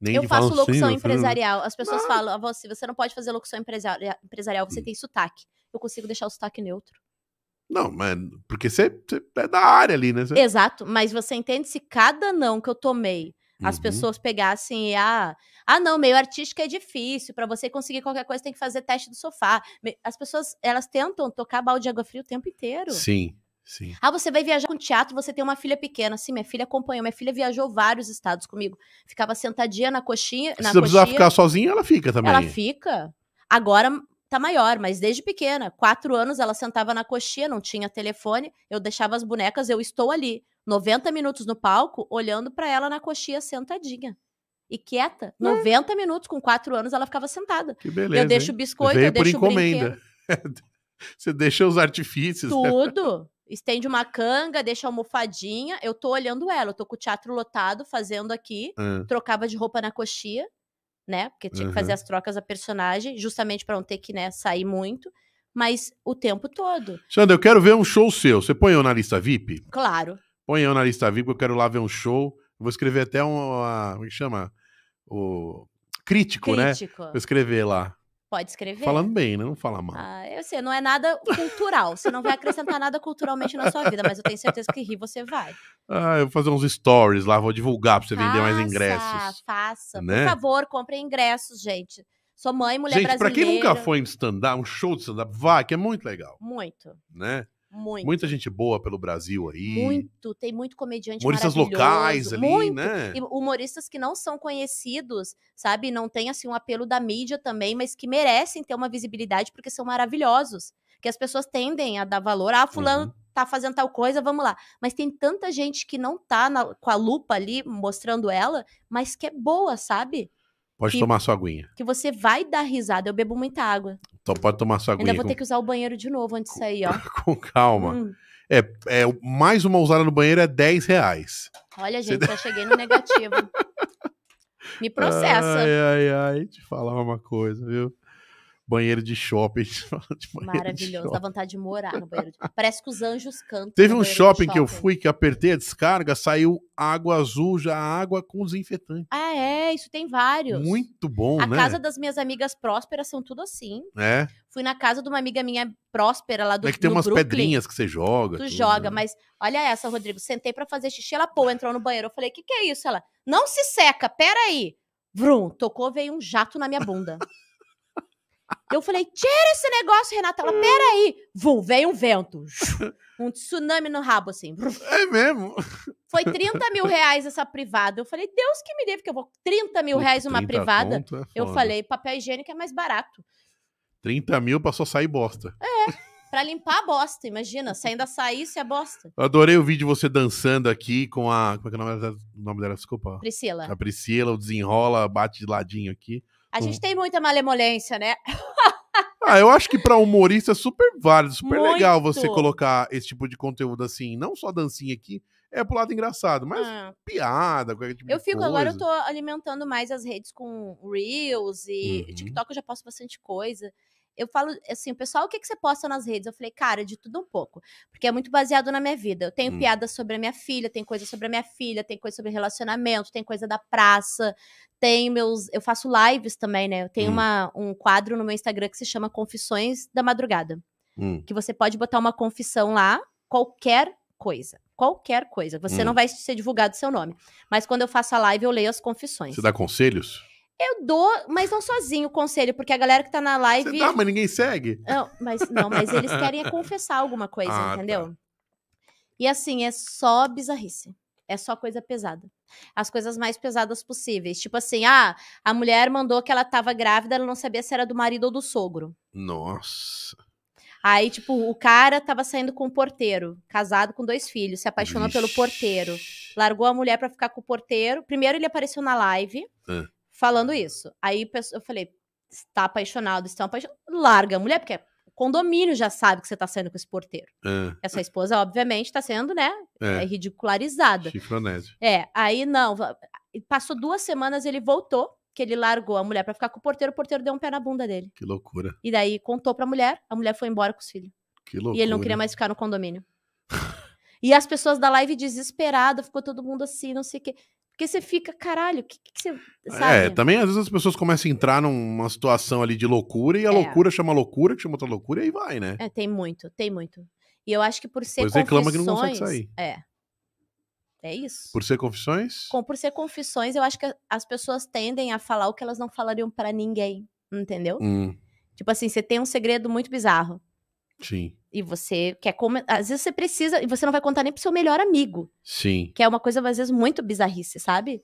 Nem Eu de faço falar assim, locução assim, empresarial. As pessoas Não. falam, "Ah, você, você não pode fazer locução empresaria- empresarial, Hum. você tem sotaque. Eu consigo deixar o sotaque neutro. Não, mas porque você, você é da área ali, né? Você- Exato, mas você entende se cada não que eu tomei, É, as Uhum. pessoas pegassem e ah, ah não, meio artístico é difícil, pra você conseguir qualquer coisa tem que fazer teste do sofá. Me- As pessoas, elas tentam tocar balde de água fria o tempo inteiro. Sim, sim. Ah, você vai viajar com teatro, você tem uma filha pequena. Sim, minha filha acompanhou. Minha filha viajou vários estados comigo. Ficava sentadinha na coxinha. Na se você precisar coxinha ficar sozinha, ela fica também. ela fica. Agora tá maior, mas desde pequena. Quatro anos ela sentava na coxinha, não tinha telefone. Eu deixava as bonecas, eu estou ali. 90 minutos no palco, olhando pra ela na coxinha sentadinha. E quieta. 90 minutos, com quatro anos, ela ficava sentada. Que É. beleza. eu deixo hein? o biscoito, Veio eu deixo o por brinquedo. encomenda. você deixa os artifícios. né? Tudo. Estende uma canga, deixa a almofadinha. Eu tô olhando ela, eu tô com o teatro lotado, fazendo aqui. Ah, Trocava de roupa na coxia, né? Porque tinha que fazer as trocas da personagem, justamente pra não ter que né, sair muito. Mas o tempo todo, Xander, eu quero ver um show seu. Você põe eu na lista VIP? claro. Põe eu na lista VIP, eu quero lá ver um show. Vou escrever até uma. Como é que chama? O. Crítico, né? Crítico. Vou escrever lá. Pode escrever. Falando bem, né? Não fala mal. Ah, eu sei, não é nada cultural. Você não vai acrescentar nada culturalmente na sua vida, mas eu tenho certeza que rir você vai. Ah, eu vou fazer uns stories lá, vou divulgar pra você vender mais Faça, ingressos. Faça. né? Por favor, comprem ingressos, gente. Sou mãe, mulher Gente, pra brasileira. quem nunca foi em stand-up, um show de stand-up, vá, que é muito legal, Muito, né? muito. Muita gente boa pelo Brasil aí. Muito, tem muito comediante Humoristas maravilhoso, locais ali, muito. né? E humoristas que não são conhecidos, sabe? Não tem, assim, um apelo da mídia também, mas que merecem ter uma visibilidade porque são maravilhosos. Que as pessoas tendem a dar valor. Ah, fulano Uhum. tá fazendo tal coisa, vamos lá. Mas tem tanta gente que não tá na- com a lupa ali, mostrando ela, mas que é boa, sabe? Pode que- tomar sua aguinha. Que você vai dar risada. Eu bebo muita água. Então pode tomar sua Ainda aguinha vou com, ter que usar o banheiro de novo antes de sair, ó. com calma. Hum. É, o- mais uma usada no banheiro é 10 reais. Olha, Você gente, já cheguei no negativo. Me processa. Ai, ai, ai, te falar uma coisa, viu? banheiro de shopping. de banheiro de Maravilhoso. shopping. Dá vontade de morar no banheiro. de- Parece que os anjos cantam. Teve no um banheiro de shopping que eu fui que apertei a descarga, saiu água azul, já água com desinfetante. Ah, é, isso tem vários. Muito bom, A né? casa das minhas amigas prósperas são tudo assim. É, Fui na casa de uma amiga minha próspera lá do é que tem no umas Brooklyn. pedrinhas que você joga. Tu tudo, joga, né? mas olha essa, Rodrigo. Sentei pra fazer xixi, ela pô, entrou no banheiro. Eu falei, que que é isso? Ela, não se seca, peraí. Vrum, tocou, veio um jato na minha bunda. Eu falei, tira esse negócio, Renata. Ela, peraí. Vrum, veio um vento. Um tsunami no rabo, assim. Vrum. É mesmo. Foi 30 mil reais essa privada. Eu falei, Deus que me livre, que eu vou 30 mil reais uma 30 privada. conto é Eu foda. falei, papel higiênico é mais barato. 30 mil pra só sair bosta. Pra limpar a bosta, imagina. Se ainda saísse a bosta. Eu adorei o vídeo de você dançando aqui com a. Como é que é o nome dela? O nome dela? Desculpa. Priscila, A Priscila, o desenrola, bate de ladinho aqui. a gente tem muita malemolência, né? Ah, eu acho que pra humorista é super válido, super legal você Muito. colocar esse tipo de conteúdo assim, não só dancinha aqui, é pro lado engraçado, mas Ah. piada, qualquer tipo Eu de fico, coisa. agora eu tô alimentando mais as redes com Reels e Uhum. TikTok eu já posto bastante coisa. Eu falo assim, o pessoal, o que, que você posta nas redes? Eu falei, cara, de tudo um pouco. Porque é muito baseado na minha vida. Eu tenho Hum. piadas sobre a minha filha, tem coisa sobre a minha filha, tem coisa sobre relacionamento, tem coisa da praça, tem meus. Eu faço lives também, né? Eu tenho Hum. uma, um quadro no meu Instagram que se chama Confissões da Madrugada. Hum. Que você pode botar uma confissão lá, qualquer coisa. Qualquer coisa. Você Hum. não vai ser divulgado seu nome. Mas quando eu faço a live, eu leio as confissões. Você dá conselhos? Eu dou, mas não sozinho o conselho, porque a galera que tá na Você live. dá, mas ninguém segue. Não, mas, não, mas eles querem é confessar alguma coisa, Ah, tá. entendeu? E assim, é só bizarrice. É só coisa pesada. As coisas mais pesadas possíveis. Tipo assim, ah, a mulher mandou que ela tava grávida, ela não sabia se era do marido ou do sogro. Nossa. Aí, tipo, o cara tava saindo com um porteiro, casado com dois filhos, se apaixonou pelo Vixe. porteiro. Largou a mulher pra ficar com o porteiro. Primeiro ele apareceu na live Ah. falando isso. Aí pe- eu falei, está apaixonado, estão apaixonados. Larga a mulher, porque o condomínio já sabe que você tá saindo com esse porteiro. É, Essa esposa, obviamente, tá sendo, né, é é. ridicularizada. Chifronésio. É, aí não. va- Passou duas semanas, ele voltou, que ele largou a mulher pra ficar com o porteiro, o porteiro deu um pé na bunda dele. Que loucura. E daí contou pra mulher, a mulher foi embora com os filhos. Que loucura. E ele não queria mais ficar no condomínio. e as pessoas da live desesperada, ficou todo mundo assim, não sei o quê. Porque você fica, caralho, o que, que você. É, Sabe? também às vezes as pessoas começam a entrar numa situação ali de loucura e a É. loucura chama loucura, que chama outra loucura e aí vai, né? É, tem muito, tem muito. E eu acho que por ser Depois confissões. reclama que não consegue sair. É. É isso. Por ser confissões? Com- por ser confissões, eu acho que a- as pessoas tendem a falar o que elas não falariam pra ninguém. Entendeu? Hum, Tipo assim, você tem um segredo muito bizarro. sim. E você quer. Come... Às vezes você precisa. E você não vai contar nem pro seu melhor amigo. Sim. que é uma coisa às vezes muito bizarrice, sabe?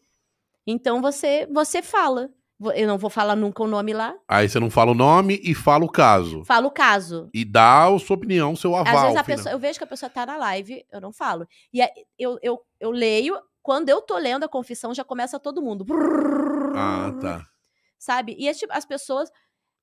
Então você você fala. Vo- Eu não vou falar nunca o nome lá. Aí você não fala o nome e fala o caso. Fala o caso. E dá a sua opinião, seu aval. Às vezes final. a pessoa, eu vejo que a pessoa tá na live, eu não falo. E aí, eu, eu, eu leio, quando eu tô lendo a confissão, já começa todo mundo. Ah, tá. Sabe? E é tipo, as pessoas,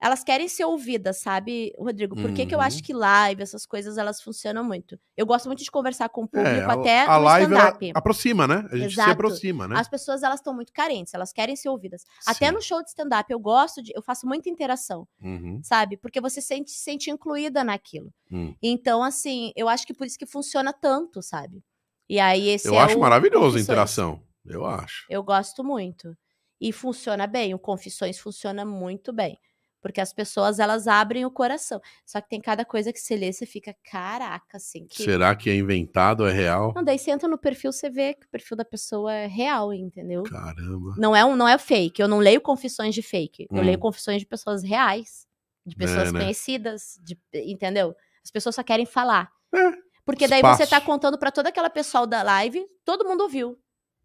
elas querem ser ouvidas, sabe, Rodrigo? Por que, que eu Uhum. acho que live, essas coisas, elas funcionam muito? Eu gosto muito de conversar com o público É, a, até a no live ela um stand-up. aproxima, né? A gente se Exato. aproxima, né? As pessoas elas estão muito carentes, elas querem ser ouvidas. Até Sim. no show de stand-up eu gosto de, eu faço muita interação, Uhum, sabe? Porque você sente, se sente incluída naquilo. hum. Então assim, eu acho que por isso que funciona tanto, sabe? E aí esse Eu é acho o maravilhoso a Confissões. interação. Eu acho. Eu gosto muito e funciona bem. O Confissões funciona muito bem. Porque as pessoas, elas abrem o coração. Só que tem cada coisa que você lê, você fica, caraca, assim, que... Será que é inventado, é real? Não, daí você entra no perfil, você vê que o perfil da pessoa é real, entendeu? Caramba. Não é, um, não é fake. Eu não leio confissões de fake. Eu Hum. leio confissões de pessoas reais, de pessoas É, né? conhecidas, de- entendeu? As pessoas só querem falar. É, Porque daí espaço. você tá contando pra toda aquela pessoal da live, todo mundo ouviu,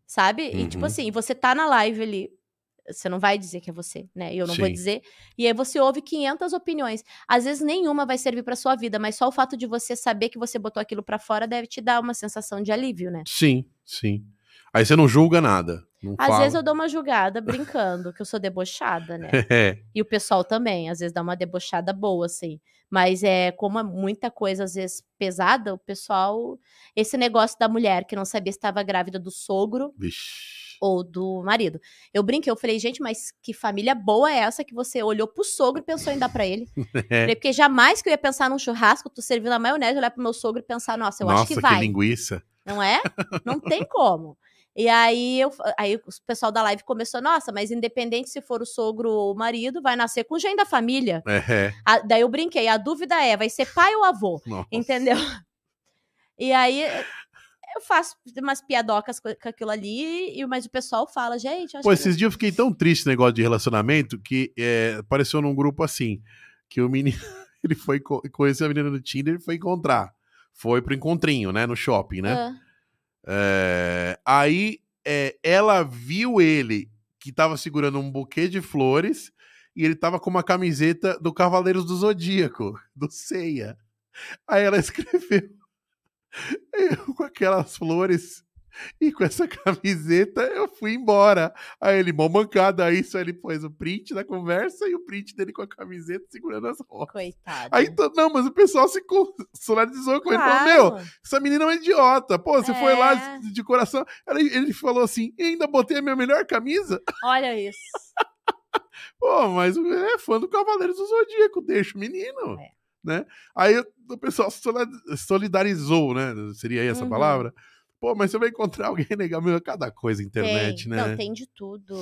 sabe? E tipo Uhum. assim, você tá na live ali, você não vai dizer que é você, né? Eu não vou Sim. dizer. E aí você ouve 500 opiniões. Às vezes nenhuma vai servir pra sua vida, mas só o fato de você saber que você botou aquilo pra fora deve te dar uma sensação de alívio, né? Sim, sim. Aí você não julga nada. Não Às fala. vezes eu dou uma julgada brincando, que eu sou debochada, né? É, E o pessoal também, às vezes dá uma debochada boa, assim. Mas é como é muita coisa, às vezes, pesada, o pessoal. Esse negócio da mulher que não sabia se estava grávida do sogro, Vixe. ou do marido. Eu brinquei, eu falei, gente, mas que família boa é essa que você olhou pro sogro e pensou em dar pra ele? É. Falei, porque jamais que eu ia pensar num churrasco, tu servindo a maionese, olhar pro meu sogro e pensar, nossa, eu Nossa, acho que que, vai. linguiça. Não é? Não tem como. E aí, eu, aí o pessoal da live começou, nossa, mas independente se for o sogro ou o marido, vai nascer com o gene da família. É, é. A- daí eu brinquei, a dúvida é, vai ser pai ou avô? Nossa. Entendeu? E aí eh, eu faço umas piadocas co- com aquilo ali, e- mas o pessoal fala, gente, acho Pô, que- esses dias eu fiquei tão triste no negócio de relacionamento que é, apareceu num grupo assim, que o menino, ele foi, co- conheceu a menina no Tinder e foi encontrar. Foi pro encontrinho, né, no shopping, né? Ah, É, aí é, ela viu ele que tava segurando um buquê de flores e ele tava com uma camiseta do Cavaleiros do Zodíaco, do Ceia. Aí ela escreveu eu com aquelas flores e com essa camiseta eu fui embora. Aí ele, mó mancada isso, aí ele pôs o print da conversa e o print dele com a camiseta segurando as rosas. coitado. Aí, to- não, mas o pessoal se co- solidarizou com ele, falou, meu, Uhum. Claro. essa menina é uma idiota. Pô, você foi lá É. de, de coração. Ela- ele falou assim: e ainda botei a minha melhor camisa? Olha isso. Pô, mas é fã do Cavaleiros do Zodíaco, deixa o menino. É. Né? Aí o pessoal sola- solidarizou, né? Seria aí essa Uhum. palavra? Pô, mas você vai encontrar alguém legal. Meu, é cada coisa na internet, tem. né? Não, tem de tudo.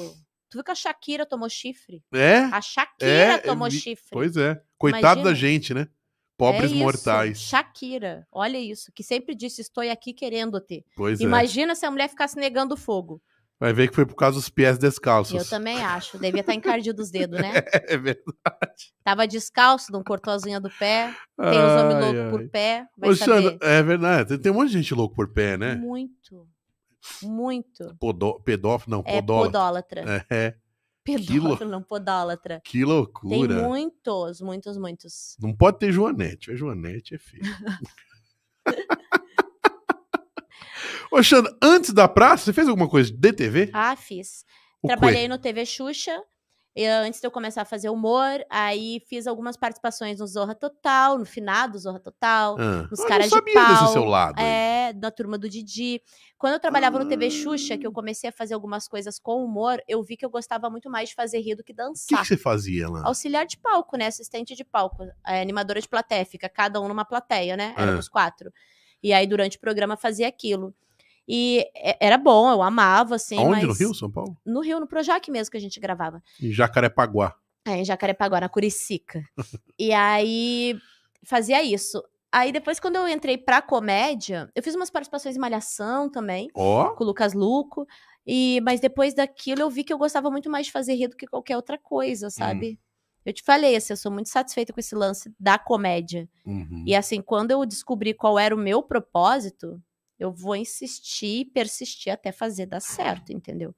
Tu viu que a Shakira tomou chifre? É? A É, Shakira eu tomou vi. chifre. Pois é. Coitado Imagina. da gente, né? Pobres É isso, mortais. Shakira, olha isso, que sempre disse: estou aqui querendo-te. Pois Imagina se a mulher ficasse negando fogo. é. Vai ver que foi por causa dos pés descalços. Eu também acho. Devia estar encardido os dedos, né? É verdade. Tava descalço, não cortou a unha do pé. Tem os homens Ai, loucos ai. por pé. Vai Ô, Xana, saber. é verdade. Tem- Tem um monte de gente louco por pé, né? Muito. Muito. Podó, pedófilo, não, É podólatra. podólatra. É, Pedófilo, não podólatra. que Tem loucura. muitos, muitos, muitos. Não pode ter Joanete. A Joanete é feia. Ô, Xana, antes da praça, você fez alguma coisa de TV? Ah, fiz. O quê? Trabalhei no TV Xuxa. eh, Antes de eu começar a fazer humor, aí fiz algumas participações no Zorra Total, no finado Zorra Total. Ah, Nos eu caras de não sabia desse pau, seu lado. aí. É, da turma do Didi. Quando eu trabalhava no TV Ah. Xuxa, que eu comecei a fazer algumas coisas com humor, eu vi que eu gostava muito mais de fazer rir do que O que, dançar. que você fazia lá? Auxiliar de palco, né? Assistente de palco, é, animadora de plateia, fica cada um numa plateia, né? Ah. Éramos quatro. E aí, durante o programa, fazia aquilo. E é, era bom, eu amava, assim. Aonde? mas No Rio, São Paulo? No Rio, no Projac mesmo que a gente gravava. Em Jacarepaguá. É, em Jacarepaguá, na Curicica. e aí fazia isso. Aí depois, quando eu entrei pra comédia, eu fiz umas participações em Malhação também, Ó, com o Lucas Luco. E, mas depois daquilo, eu vi que eu gostava muito mais de fazer rir do que qualquer outra coisa, sabe? Eu te falei, assim, eu sou muito satisfeita com esse lance da comédia. uhum. E assim, quando eu descobri qual era o meu propósito, eu vou insistir e persistir até fazer dar certo, entendeu?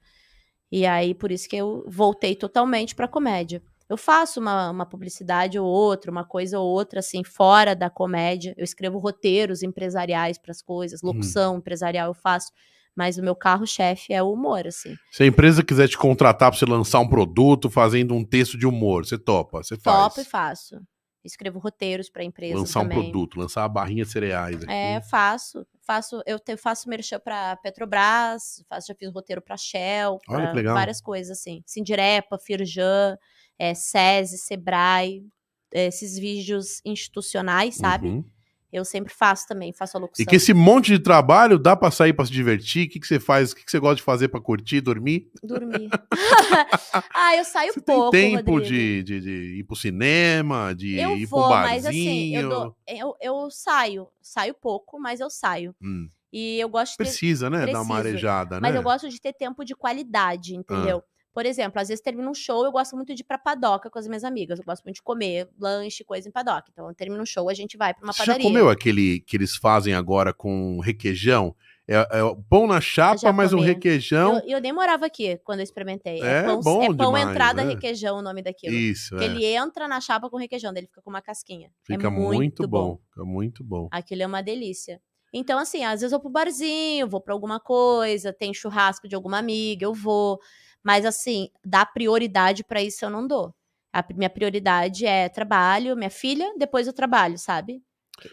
E aí, por isso que eu voltei totalmente pra comédia. Eu faço uma, uma publicidade ou outra, uma coisa ou outra, assim, fora da comédia. Eu escrevo roteiros empresariais pras Hum. coisas, locução empresarial eu faço. Mas o meu carro-chefe é o humor, assim. Se a empresa quiser te contratar pra você lançar um produto fazendo um texto de humor, você topa, você Top e faz. faço. Escrevo roteiros pra empresa lançar um também. produto, lançar uma barrinha de cereais. Aqui. É, faço. Faço, eu te, faço merchan pra Petrobras, faço, já fiz roteiro pra Shell, Olha pra que legal. várias coisas assim. Sindirepa, Firjan, é, SESI, Sebrae, é, esses vídeos institucionais, sabe? Uhum. Eu sempre faço também, faço a locução. E que esse monte de trabalho dá pra sair pra se divertir? O que, que você faz? O que, que você gosta de fazer pra curtir, dormir? Dormir. ah, eu saio Você tem pouco, tempo Rodrigo. de, de, de ir pro cinema, de Eu ir vou, pro barzinho? mas assim, eu, dou- eu, eu saio. Saio pouco, mas eu saio. Hum, E eu gosto de ter Precisa, né? Dar uma Preciso. arejada, Mas né? eu gosto de ter tempo de qualidade, entendeu? Por exemplo, às vezes termina um show, eu gosto muito de ir pra padoca com as minhas amigas. Eu gosto muito de comer lanche, coisa em padoca. Então, eu termino um show, a gente vai pra uma Você já padaria. comeu aquele que eles fazem agora com requeijão? É, é o pão na chapa, Já mas um comi. requeijão. Eu, eu nem morava aqui quando eu experimentei. É pão, bom é pão demais, entrada né? requeijão o nome daquilo. Isso, Porque é. ele entra na chapa com requeijão, daí ele fica com uma casquinha. É Fica muito, bom. Fica muito bom. Aquilo é uma delícia. Então, assim, às vezes eu vou pro barzinho, vou pra alguma coisa, tem churrasco de alguma amiga, eu vou. Mas, assim, dá prioridade pra isso eu não dou. A pri- minha prioridade é trabalho, minha filha, depois eu trabalho, sabe?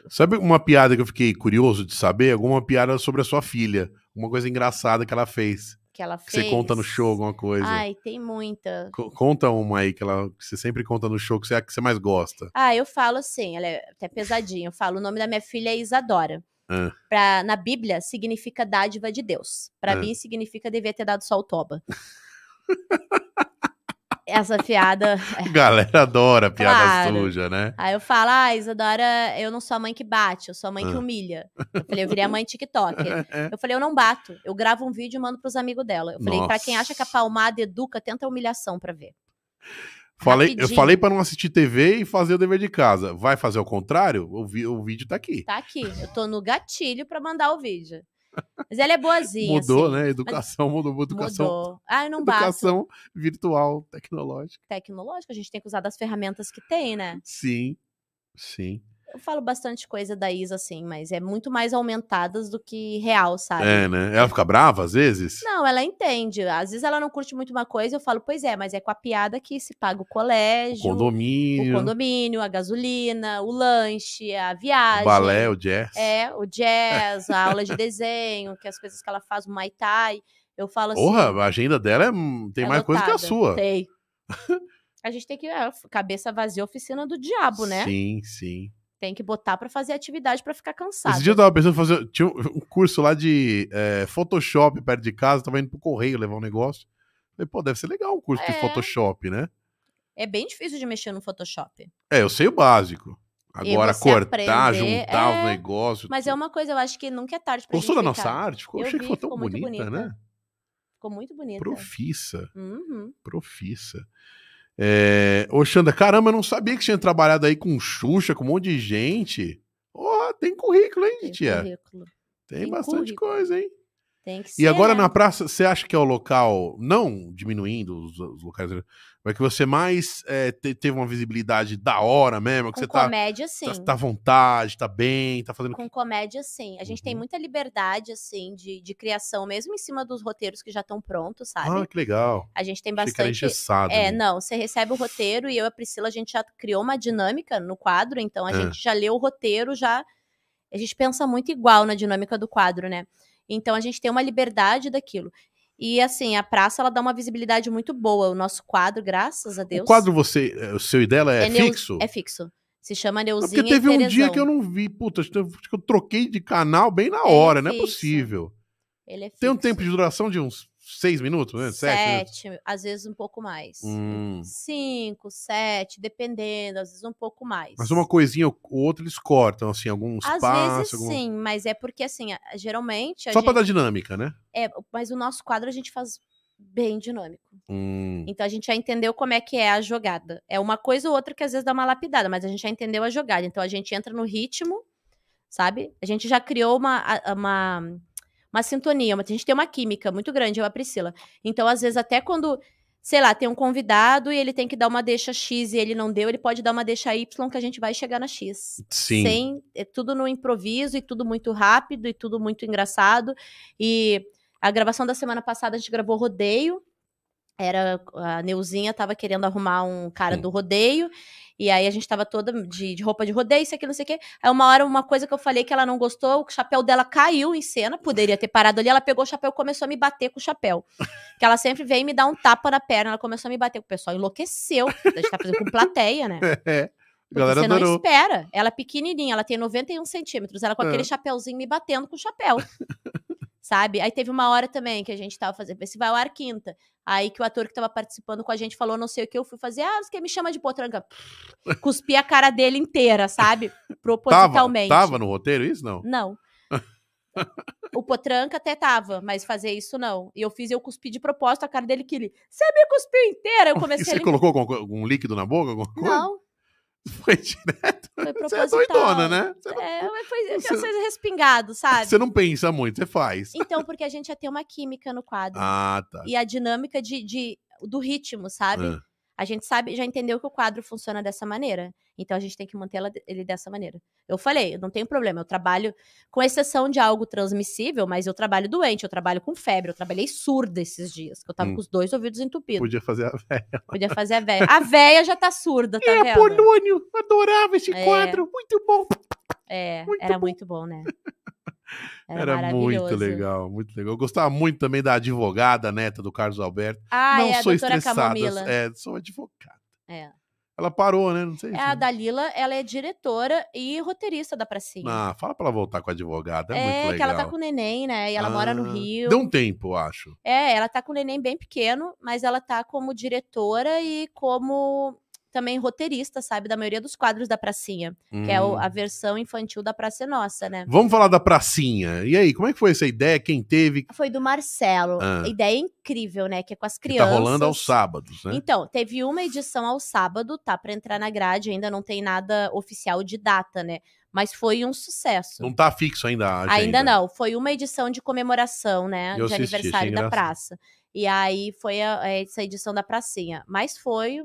Sabe uma piada que eu fiquei curioso de saber? Alguma piada sobre a sua filha. Uma coisa engraçada que ela fez. O que ela Que você fez. conta no show alguma coisa. Ai, tem muita. Co- Conta uma aí que, ela, que você sempre conta no show que você, é a que você mais gosta. Ah, eu falo assim, ela é até pesadinha. Eu falo, o nome da minha filha é Isadora. Ah. Pra- na Bíblia, significa dádiva de Deus. Pra Ah. mim, significa devia ter dado só o toba. Essa piada. Galera adora piada É. Claro. suja, né? Aí eu falo, ah, Isadora, eu não sou a mãe que bate, eu sou a mãe que Ah. humilha. Eu falei, eu virei a mãe TikToker. É. Eu falei, eu não bato. Eu gravo um vídeo e mando pros amigos dela. Eu falei, pra quem acha que a Nossa. palmada educa, tenta a humilhação pra ver. Falei, eu Rapidinho. falei pra não assistir TV e fazer o dever de casa. Vai fazer o contrário? O, vi- o vídeo tá aqui. Tá aqui. Eu tô no gatilho pra mandar o vídeo. Mas ela é boazinha. mudou, assim. né? Educação mudou. mudou. Educação, Mudou. Ah, eu não bato. educação virtual, tecnológica. Tecnológico, a gente tem que usar das ferramentas que tem, né? Sim, sim. Eu falo bastante coisa da Isa, assim, mas é muito mais aumentadas do que real, sabe? É, né? Ela fica brava às vezes? Não, ela entende. Às vezes ela não curte muito uma coisa, eu falo, pois é, mas é com a piada que se paga o O colégio, condomínio, o condomínio, a gasolina, o lanche, a o viagem. balé, o jazz. É, o jazz, a aula de desenho, que as coisas que ela faz, o Muay Thai. Eu falo assim. Porra, a agenda dela é, hum, tem é mais coisa que a lotada. sua. Tem. A gente tem que. é, cabeça vazia, oficina do diabo, né? Sim, sim. Tem que botar pra fazer atividade pra ficar cansado. Esse dia eu tava pensando em fazer. Tinha um um curso lá de é, Photoshop perto de casa, tava indo pro correio levar um negócio. Falei, pô, deve ser legal um curso de É. Photoshop, né? É bem difícil de mexer no Photoshop. É, eu sei o básico. Agora, você cortar, aprender, juntar os é, negócios. Mas é uma coisa, eu acho que nunca é tarde pra Gostou da gente nossa ficar. arte? Ficou, Eu achei que vi, ficou tão ficou muito bonita, bonita. né? Ficou muito bonita. Profissa, Uhum. profissa. É, ô, Xanda, caramba, eu não sabia que tinha trabalhado aí com Xuxa, com um monte de gente. Ó, tem currículo, hein, Tem tia? currículo. Tem, tem bastante currículo. coisa, hein? Tem que ser. é. E agora né? na praça, você acha que é o local, não diminuindo os, os locais, mas que você mais é, te- teve uma visibilidade da hora mesmo, que Com você tá, comédia, sim. tá, tá à vontade, tá bem, tá fazendo. Com comédia, sim. A gente tem Uhum. muita liberdade, assim, de, de criação, mesmo em cima dos roteiros que já estão prontos, sabe? Ah, que legal. a gente tem Achei que era bastante. engessado. É, né? não, você recebe o roteiro e eu e a Priscila, a gente já criou uma dinâmica no quadro, então a É. gente já leu o roteiro, já. A gente pensa muito igual na dinâmica do quadro, né? Então a gente tem uma liberdade daquilo. E assim, a praça ela dá uma visibilidade muito boa. O nosso quadro, graças a Deus. O quadro você, é, o seu e dela é, É neu- fixo? é fixo. Se chama Não, Neuzinha porque teve e um dia Terezão. que eu não vi, puta, acho que eu acho que eu troquei de canal bem na Ele é hora, não é fixo. possível. Ele é fixo. Tem um tempo de duração de uns seis minutos, né? Sete. minutos. Sete, às vezes um pouco mais. Hum, Cinco, sete, dependendo, às vezes um pouco mais. mas uma coisinha ou outra eles cortam, assim, algum Às espaço. vezes algum- sim, mas é porque assim, a- geralmente a Só pra gente. dar dinâmica, né? é, mas o nosso quadro a gente faz bem dinâmico. Hum, Então a gente já entendeu como é que é a jogada. É uma coisa ou outra que às vezes dá uma lapidada, mas a gente já entendeu a jogada. Então a gente entra no ritmo, sabe? A gente já criou uma. a- uma uma sintonia, uma- a gente tem uma química muito grande, eu e a Priscila. Então, às vezes, até quando, sei lá, tem um convidado e ele tem que dar uma deixa X e ele não deu, ele pode dar uma deixa Y que a gente vai chegar na X sim. sem é tudo no improviso e tudo muito rápido e tudo muito engraçado. E a gravação da semana passada a gente gravou rodeio. Era a Neuzinha tava querendo arrumar um cara Hum. do rodeio. E aí a gente tava toda de, de roupa de rodeio, isso aqui, não sei o quê. Aí uma hora, uma coisa que eu falei que ela não gostou, o chapéu dela caiu em cena, poderia ter parado ali. Ela pegou o chapéu e começou a me bater com o chapéu. Que ela sempre vem me dar um tapa na perna, ela começou a me bater. O pessoal enlouqueceu. A gente tá fazendo com plateia, né? É, A Porque galera você não adorou. espera. Ela é pequenininha, ela tem 91 centímetros. Ela com É. aquele chapéuzinho me batendo com o chapéu. sabe? Aí teve uma hora também que a gente tava fazendo. Esse vai ao ar quinta. Aí que o ator que tava participando com a gente falou não sei o que. Eu fui fazer. Ah, você me chama de potranga. Cuspi a cara dele inteira, sabe? Tava, Propositalmente. tava no roteiro isso? Não. Não. O Potranca até tava, mas fazer isso não. E eu fiz, eu cuspi de propósito a cara dele que ele. Você me cuspiu inteira? Eu E comecei a você ele- colocou algum, algum líquido na boca? Alguma coisa? Não, Foi direto. foi Você proposital. é doidona, né? Você não, É, mas foi Você- vocês respingado, sabe? você não pensa muito, você faz. Então, porque a gente já tem uma química no quadro. Ah, tá. E a dinâmica de, de- do ritmo, sabe? Ah. A gente sabe, já entendeu que o quadro funciona dessa maneira. Então a gente tem que manter ela- ele dessa maneira. Eu falei, eu não tenho problema, eu trabalho, com exceção de algo transmissível, mas eu trabalho doente, eu trabalho com febre, eu trabalhei surda esses dias, que eu tava Hum. com os dois ouvidos entupidos. Podia fazer a Podia fazer a véia. A véia já tá surda, tá É, vendo? Polônio, adorava esse É. quadro, muito bom. É, Muito era bom. muito bom, né? Era, muito maravilhoso. legal, muito legal. Eu gostava muito também da advogada neta do Carlos Alberto. Ah, não é a sou doutora estressada, Camomila. é, sou advogada. É. Ela parou, né? Não sei É se- a Dalila, ela é diretora e roteirista da pracinha. Ah, fala pra ela voltar com a advogada, é, é, muito legal. que ela tá com neném, né? E ela mora no Ah, Rio. Deu um tempo, eu acho. É, ela tá com o neném bem pequeno, mas ela tá como diretora e como também roteirista, sabe? Da maioria dos quadros da Pracinha, que é o- Hum. a versão infantil da Praça é Nossa, né? Vamos falar da pracinha. E aí, como é que foi essa ideia? Quem teve? Foi do Marcelo. Ah. Ideia incrível, né? Que é com as Que tá crianças. rolando aos sábados, né? Então, teve uma edição ao sábado, tá pra entrar na grade, ainda não tem nada oficial de data, né? Mas foi um sucesso. Não tá fixo ainda a agenda. Ainda não, foi uma edição de comemoração, né? Eu assisti, de achei aniversário da engraçado. praça. E aí foi a- a- essa edição da pracinha. Mas foi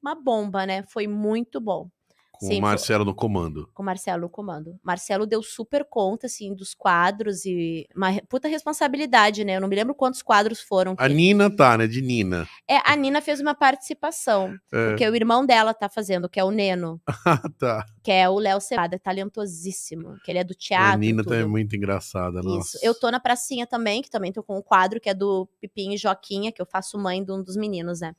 uma bomba, né? Foi muito bom. Com Sim, o Marcelo no comando. Com o Marcelo no comando. Marcelo deu super conta, assim, dos quadros e uma re- puta responsabilidade, né? Eu não me lembro quantos quadros foram. A Nina tá, né? De Nina. É, a Nina fez uma participação, É. porque o irmão dela tá fazendo, que é o Neno, Ah, tá. que é o Léo Cevada, talentosíssimo, que ele é do teatro. a Nina tudo. tá é muito engraçada, nossa. Isso. Eu tô na pracinha também, que também tô com um quadro que é do Pipinho e Joquinha, que eu faço mãe de um dos meninos, né?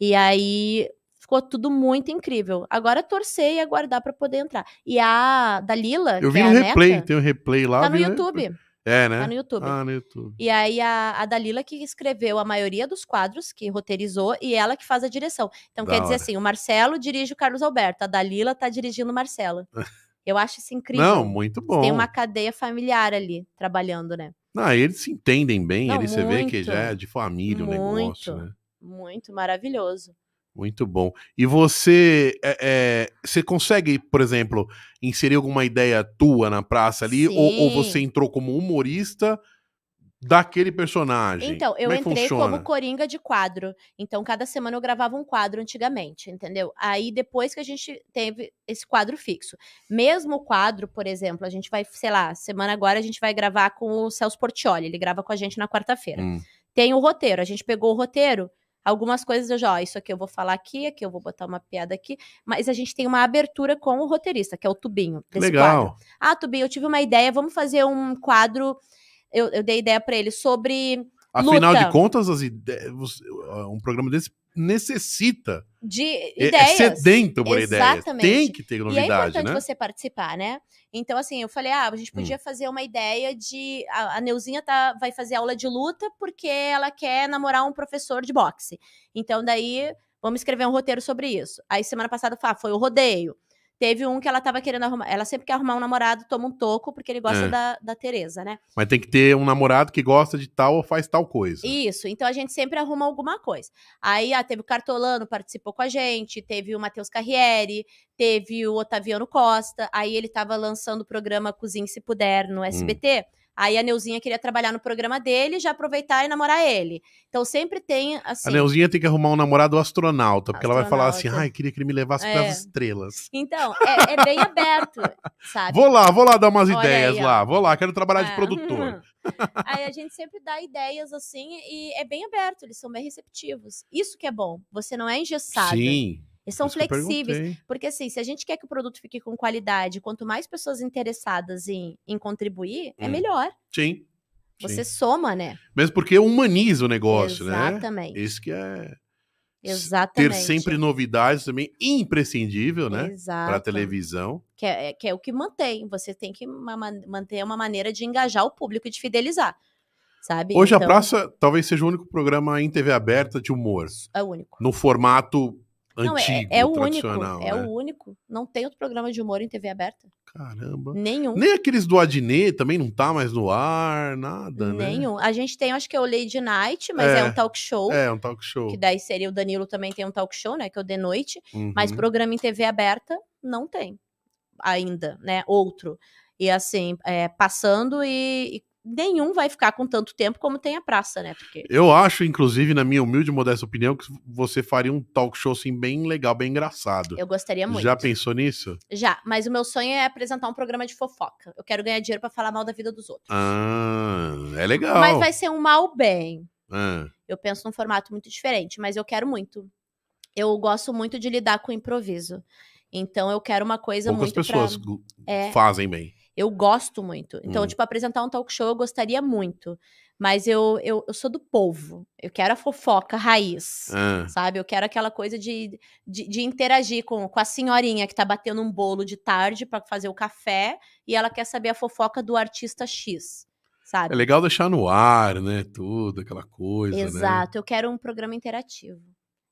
E aí ficou tudo muito incrível. Agora é torcer e aguardar pra poder entrar. E a Dalila, Eu que vi é um a replay, neta, tem um replay lá. tá no vi, né? YouTube, É, tá né? no YouTube. Ah, no YouTube. E aí a, a Dalila que escreveu a maioria dos quadros, que roteirizou, e ela que faz a direção. Então Da quer dizer hora. assim, o Marcelo dirige o Carlos Alberto, a Dalila tá dirigindo o Marcelo. Eu acho isso incrível. Não, muito bom. Tem uma cadeia familiar ali, trabalhando, né? Não, eles se entendem bem, Não, eles você vê que muito. já é de família o negócio, Muito. né? Muito maravilhoso. Muito bom. E você, é, é, você consegue, por exemplo, inserir alguma ideia tua na praça ali? Ou, ou Sim. você entrou como humorista daquele personagem? Então, eu Como é que entrei funciona? como coringa de quadro. Então, cada semana eu gravava um quadro antigamente, entendeu? Aí, depois que a gente teve esse quadro fixo. Mesmo o quadro, por exemplo, a gente vai, sei lá, semana agora a gente vai gravar com o Celso Portioli. Ele grava com a gente na quarta-feira. Hum. Tem o roteiro. A gente pegou o roteiro. Algumas coisas eu já, ó, isso aqui eu vou falar aqui, aqui eu vou botar uma piada aqui. Mas a gente tem uma abertura com o roteirista, que é o Tubinho. desse quadro. Legal. Ah, Tubi, eu tive uma ideia, vamos fazer um quadro. Eu, eu dei ideia pra ele sobre Afinal Luta. de contas, as ideias, você- um programa desse necessita. de é- ideias. É sedento por ideias. Exatamente. Tem que ter e é novidade, importante né? Hum. você participar, né? Então, assim, eu falei, ah, a gente podia fazer uma ideia de. A, a Neuzinha tá, vai fazer aula de luta porque ela quer namorar um professor de boxe. Então, daí, vamos escrever um roteiro sobre isso. Aí, semana passada, ah, foi o rodeio. Teve um que ela tava querendo arrumar. Ela sempre quer arrumar um namorado, toma um toco, porque ele gosta É. da, da Tereza, né? Mas tem que ter um namorado que gosta de tal ou faz tal coisa. Isso, então a gente sempre arruma alguma coisa. Aí ah, teve o Cartolano, participou com a gente, teve o Matheus Carriere, teve o Otaviano Costa, aí ele tava lançando o programa Cozinhe Se Puder Hum. no SBT. Aí a Neuzinha queria trabalhar no programa dele, já aproveitar e namorar ele. Então sempre tem, assim. A Neuzinha tem que arrumar um namorado astronauta, porque ela vai falar assim: Astronauta. ai, queria que ele me levasse É. para as estrelas. Então, é, é bem aberto, sabe? Vou lá, vou lá dar umas Olha ideias aí, ó. lá, vou lá, quero trabalhar de É. produtor. Aí a gente sempre dá ideias assim e é bem aberto, eles são bem receptivos. Isso que é bom. Você não é engessado. Sim. Eles são isso que eu flexíveis. perguntei. Porque assim, se a gente quer que o produto fique com qualidade, quanto mais pessoas interessadas em, em contribuir, é Hum. melhor. Sim. Você sim. soma, né? Mesmo porque humaniza o negócio, né? Exatamente. Isso que é Exatamente. ter sempre novidades também imprescindível, né? Exato. Para televisão. Que é, que é o que mantém. Você tem que ma- ma- manter uma maneira de engajar o público e de fidelizar. Sabe? Hoje Então, a Praça talvez seja o único programa em TV aberta de humor, É o único. no formato Não, é- antigo, é, o único. tradicional. É né? o único. Não tem outro programa de humor em TV aberta. Caramba. Nenhum. Nem aqueles do Adnet também não tá mais no ar, nada, né? Nenhum. A gente tem, acho que é o Lady Night, mas é, É, um talk show. É, um talk show. Que daí seria o Danilo também tem um talk show, né? Que é o de noite. Uhum. Mas programa em TV aberta não tem ainda, né? Outro. E assim, é, passando e, e nenhum vai ficar com tanto tempo como tem a praça, né? Porque Eu acho, inclusive, na minha humilde e modesta opinião, que você faria um talk show assim bem legal, bem engraçado. eu gostaria muito. Já Já, pensou nisso? mas o meu sonho é apresentar um programa de fofoca. Eu quero ganhar dinheiro pra falar mal da vida dos outros. Ah, é legal. Mas vai ser um mal bem. Ah, Eu penso num formato muito diferente, mas eu quero muito. Eu gosto muito de lidar com improviso. Então eu quero uma coisa poucas muito pra- pessoas gu- É. fazem bem. Eu gosto muito. Então, Hum. tipo, apresentar um talk show eu gostaria muito. Mas eu, eu, eu sou do povo. Eu quero a fofoca raiz. Ah, Sabe? Eu quero aquela coisa de, de, de interagir com, com a senhorinha que tá batendo um bolo de tarde pra fazer o café e ela quer saber a fofoca do artista X. é Sabe? legal deixar no ar, né? Tudo, aquela coisa, né? Exato. Eu quero um programa interativo.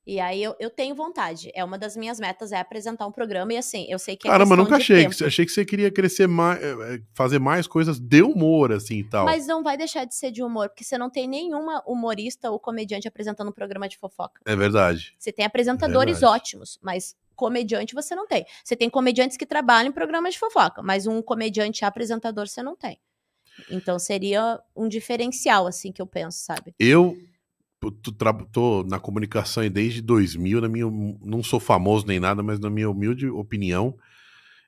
E aí eu, eu tenho vontade. É uma das minhas metas é apresentar um programa e assim, eu sei que é Caramba, questão nunca de achei. tempo. que- Achei que você queria crescer mais, eh, eh, fazer mais coisas de humor, assim e tal. Mas não vai deixar de ser de humor, porque você não tem nenhuma humorista ou comediante apresentando um programa de fofoca. É verdade. Você tem apresentadores Verdade. ótimos, mas comediante você não tem. Você tem comediantes que trabalham em programas de fofoca, mas um comediante apresentador você não tem. Então seria um diferencial, assim, que eu penso, sabe? Eu pu- tu tra- tô na comunicação aí desde 2000, na minha, hum- não sou famoso nem nada, mas na minha humilde opinião,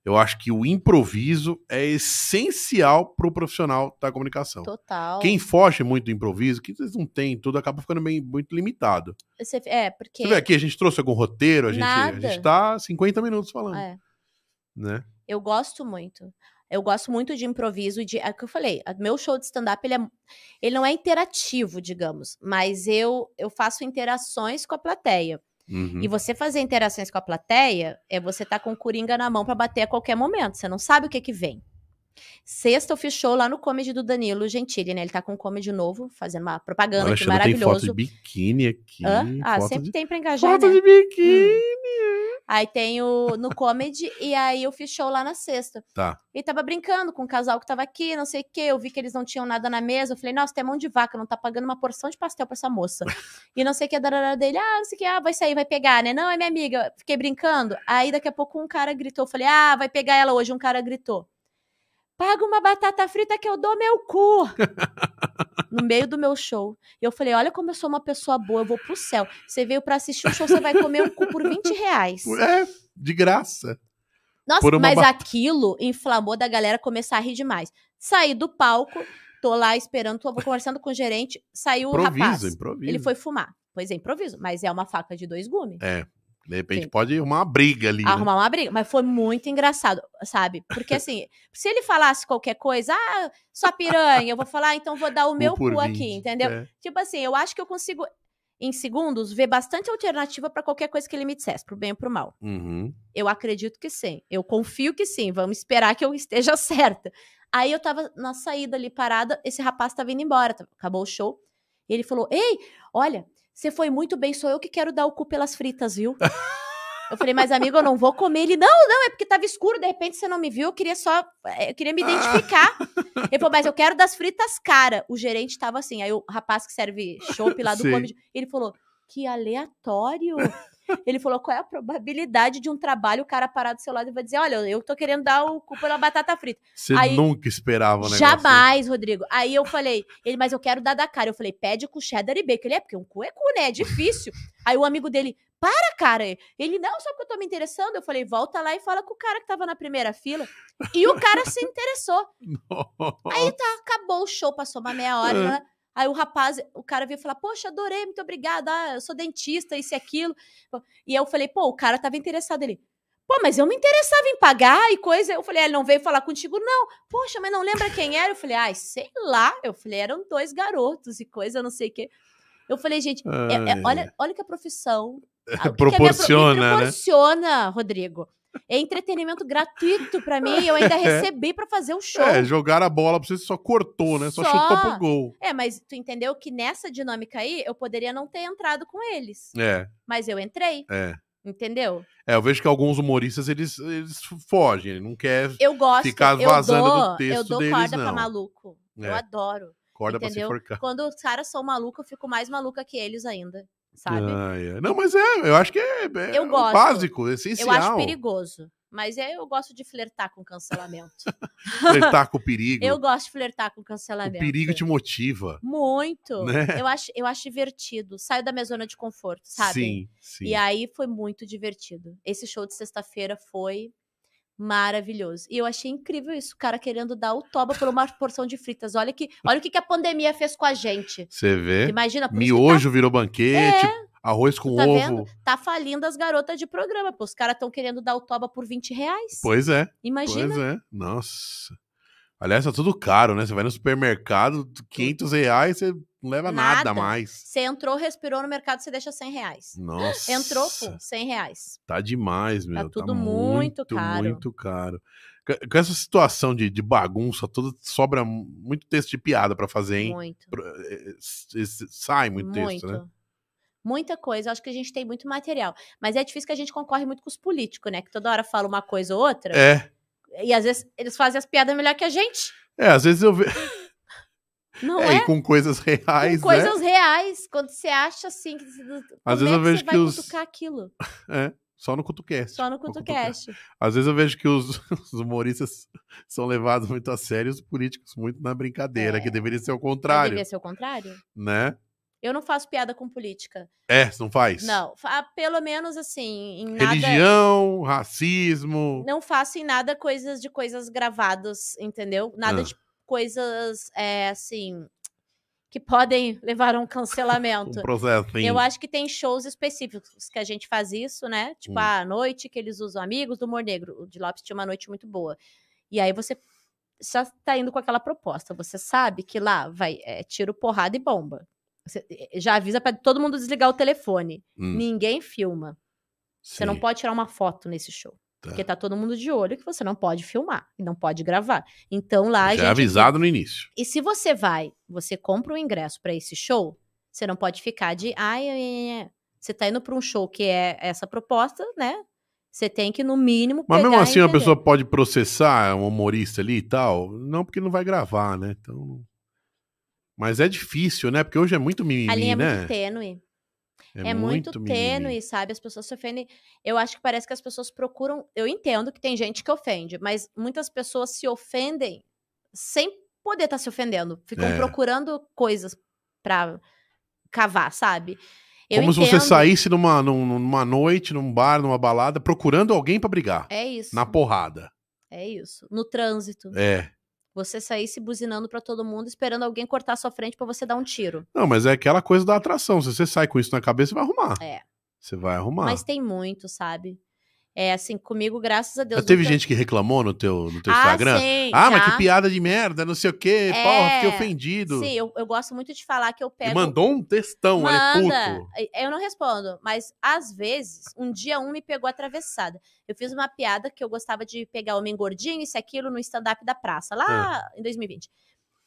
eu acho que o improviso é essencial pro profissional da comunicação. Total. Quem foge muito do improviso, que vocês não têm tudo, acaba ficando meio, muito limitado. Você- é, porque. Você vê aqui, a gente trouxe algum roteiro, a gente, a Nada. gente tá 50 minutos falando, é, né? eu gosto muito. Eu gosto muito de improviso e de. É o que eu falei, a- meu show de stand-up ele, é, ele não é interativo, digamos, mas eu, eu faço interações com a plateia. Uhum. E você fazer interações com a plateia é você tá com o coringa na mão pra bater a qualquer momento. Você não sabe o que que vem. Sexta eu fiz show lá no comedy do Danilo Gentili, né? Ele tá com um comedy novo, fazendo uma propaganda Olha, aqui, Xana, tem foto de maravilhoso. biquíni aqui. Hã? Ah, foto sempre de... tem pra engajar, Foto né? de biquíni. Aí tem o no comedy e aí eu fiz show lá na sexta. Tá. E tava brincando com um casal que tava aqui, não sei o quê. Eu vi que eles não tinham nada na mesa. Eu falei, nossa, tem mão de vaca, não tá pagando uma porção de pastel pra essa moça. e não sei o que, darará dele, ah, não sei o que, ah, vai sair, vai pegar, né? Não, é minha amiga. Fiquei brincando. Aí daqui a pouco um cara gritou. Eu falei, ah, vai pegar ela hoje. Um cara gritou. Paga uma batata frita que eu dou meu cu. No meio do meu show. E eu falei: olha como eu sou uma pessoa boa, eu vou pro céu. Você veio pra assistir um show, você vai comer um cu por 20 reais. É, de graça. Nossa, por uma mas bata- aquilo inflamou da galera começar a rir demais. Saí do palco, tô lá esperando, tô conversando com o gerente, saiu o improviso, rapaz. improviso. Ele foi fumar. Pois é, improviso, mas é uma faca de dois gumes. É, de repente Sim. pode arrumar uma briga ali. né? Arrumar uma briga, mas foi muito engraçado, sabe? Porque assim, se ele falasse qualquer coisa, ah, só piranha, eu vou falar, "Ah, então vou dar o Um meu por cu 20, aqui, entendeu? é. Tipo assim, eu acho que eu consigo, em segundos, ver bastante alternativa pra qualquer coisa que ele me dissesse, pro bem ou pro mal. Uhum. Eu acredito que sim. Eu confio que sim. Vamos esperar que eu esteja certa. Aí eu tava na saída ali parada, esse rapaz tava indo embora, tá- acabou o show. E ele falou: Ei, olha, você foi muito bem, sou eu que quero dar o cu pelas fritas, viu? Eu falei, mas amigo, eu não vou comer. Ele, não, não, é porque tava escuro, de repente você não me viu, eu queria só. eh, Eu queria me identificar. Ele falou, mas eu quero das fritas cara. O gerente tava assim. Aí o rapaz que serve chopp lá do Sim. comedy, ele falou: que aleatório. Ele falou: qual é a probabilidade de um trabalho o cara parar do seu lado e vai dizer: olha, eu tô querendo dar o cu pela batata frita. Você Aí- nunca esperava, né? Jamais, Rodrigo. Aí eu falei, ele, mas eu quero dar da cara. Eu falei, pede com cheddar e bacon. Ele é, porque um cu é cu, né? É difícil. Aí o amigo dele, para, cara. Ele, não, só porque eu tô me interessando. Eu falei, volta lá e fala com o cara que tava na primeira fila. E o cara se interessou. Aí tá, acabou o show, passou uma meia hora. É. né? Aí o rapaz, o cara veio falar, poxa, adorei, muito obrigada. ah, eu sou dentista, isso e aquilo. E eu falei, pô, o cara tava interessado. Ele, pô, mas eu me interessava em pagar e coisa. Eu falei, ah, ele não veio falar contigo, não. Poxa, mas não lembra quem era? Eu falei, ai, sei lá. Eu falei, eram dois garotos e coisa, não sei o quê. Eu falei, gente, é- é- olha, olha que a profissão ah, o que que a minha pro- me Proporciona, né? proporciona, Rodrigo. É entretenimento gratuito pra mim. Eu ainda recebi pra fazer o show. É, jogaram a bola pra você, só cortou, né? Só, Só. chutou pro gol. É, mas tu entendeu que nessa dinâmica aí, eu poderia não ter entrado com eles. É, Mas eu entrei, é. entendeu? É, eu vejo que alguns humoristas, eles, eles fogem, ele não quer Eu gosto, Ficar eu vazando do dou, eu texto dou deles, corda pra não. maluco. Eu É. adoro. corda pra se Entendeu? forcar. Quando os caras são malucos, eu fico mais maluca que eles ainda, sabe? Ah, Não, mas é, eu acho que é, é Eu o gosto. básico, eu acho essencial. perigoso. Mas é- eu gosto de flertar com cancelamento. Flertar com o perigo. eu gosto de flertar com O cancelamento. perigo te motiva. Muito. Né? Eu, acho, eu acho divertido. Saio da minha zona de conforto, sabe? Sim, sim. E aí foi muito divertido. Esse show de sexta-feira foi maravilhoso. E eu achei incrível isso, o cara querendo dar o toba por uma porção de fritas. Olha que, olha o que, que a pandemia fez com a gente. Você vê? Imagina, por isso que É? Miojo virou banquete, arroz com tu tá ovo. tá, tá falindo as garotas de programa, pô. Os caras estão querendo dar o toba por 20 reais. Pois é, Imagina. pois é. Nossa. Aliás, tá tudo caro, né? Você vai no supermercado, 500 reais, você não leva nada, Nada. a mais. Você entrou, respirou no mercado, você deixa 100 reais. Nossa. Entrou, pum, 100 reais. Tá demais, meu. tudo muito caro. Muito caro. Com- Com essa situação de, de bagunça, toda, sobra muito texto de piada pra fazer, hein? Muito. Pro- é, é, s- Sai muito, texto, né? Muita coisa, acho que a gente tem muito material. Mas é difícil que a gente concorre muito com os políticos, né? Que toda hora fala uma coisa ou outra. É. E às vezes eles fazem as piadas melhor que a gente. É, às vezes eu vejo. Não É, é? e com coisas reais, com né? coisas reais. Quando você acha assim. Que, como vezes é eu que vejo você que vai os- cutucar aquilo. Só no cutucast. Só no cutucar. CutuCast. Às vezes eu vejo que os, os humoristas são levados muito a sério e os políticos muito na brincadeira, É. que deveria ser o Mas contrário, Devia ser o contrário? né? Eu não faço piada com política. É, você não faz? Não. fa- ah, Pelo menos assim, em nada. Religião, racismo. Não faço em nada coisas de coisas gravadas, entendeu? Nada Ah. de coisas é, assim. Que podem levar a um cancelamento. Um processo Eu acho que tem shows específicos que a gente faz isso, né? Tipo, Hum. ah, a noite que eles usam Amigos do Humor Negro. O de Lopes tinha uma noite muito boa. E aí você só tá indo com aquela proposta. Você sabe que lá vai é, tiro, porrada e bomba. Você eh, já avisa pra todo mundo desligar o telefone. Hum. Ninguém filma. Você não pode tirar uma foto nesse show. Porque tá todo mundo de olho que você não pode filmar e não pode gravar. Então lá a Já é gente avisado no início. e se você vai, você compra um ingresso pra esse show, você não pode ficar de. Ai, ai, ai, ai." você tá indo pra um show que é essa proposta, né? Você tem que, no mínimo, Mas pegar mesmo e assim, a entender. pessoa pode processar um humorista ali e tal? Não, porque não vai gravar, né? Então. Mas é difícil, né? Porque hoje é muito mimimi, A linha é né? muito tênue. É, muito, muito mimimi. tênue, sabe? As pessoas se ofendem. Eu acho que parece que as pessoas procuram. Eu entendo que tem gente que ofende, mas muitas pessoas se ofendem sem poder estar se ofendendo. Ficam É. procurando coisas pra cavar, sabe? Eu Como se você entendo. saísse numa, num- numa noite, num bar, numa balada, procurando alguém pra brigar. É isso. Na porrada. É isso. No trânsito. É. Você sair se buzinando pra todo mundo, esperando alguém cortar sua frente pra você dar um tiro. Não, mas é aquela coisa da atração. Se você sai com isso na cabeça, você vai arrumar. É. Você vai arrumar. Mas tem muito, sabe? É assim, comigo, graças a Deus. Já teve nunca- gente que reclamou no teu, no teu ah, Instagram? Sim, ah, mas já. que piada de merda, não sei o quê. É. Porra, fiquei ofendido. Sim, eu, eu gosto muito de falar que eu E pego. mandou um textão ali, puto. Eu não respondo, mas às vezes, um dia um me pegou atravessada. Eu fiz uma piada que eu gostava de pegar homem gordinho, isso e aquilo, no stand-up da praça, lá É. em 2020. O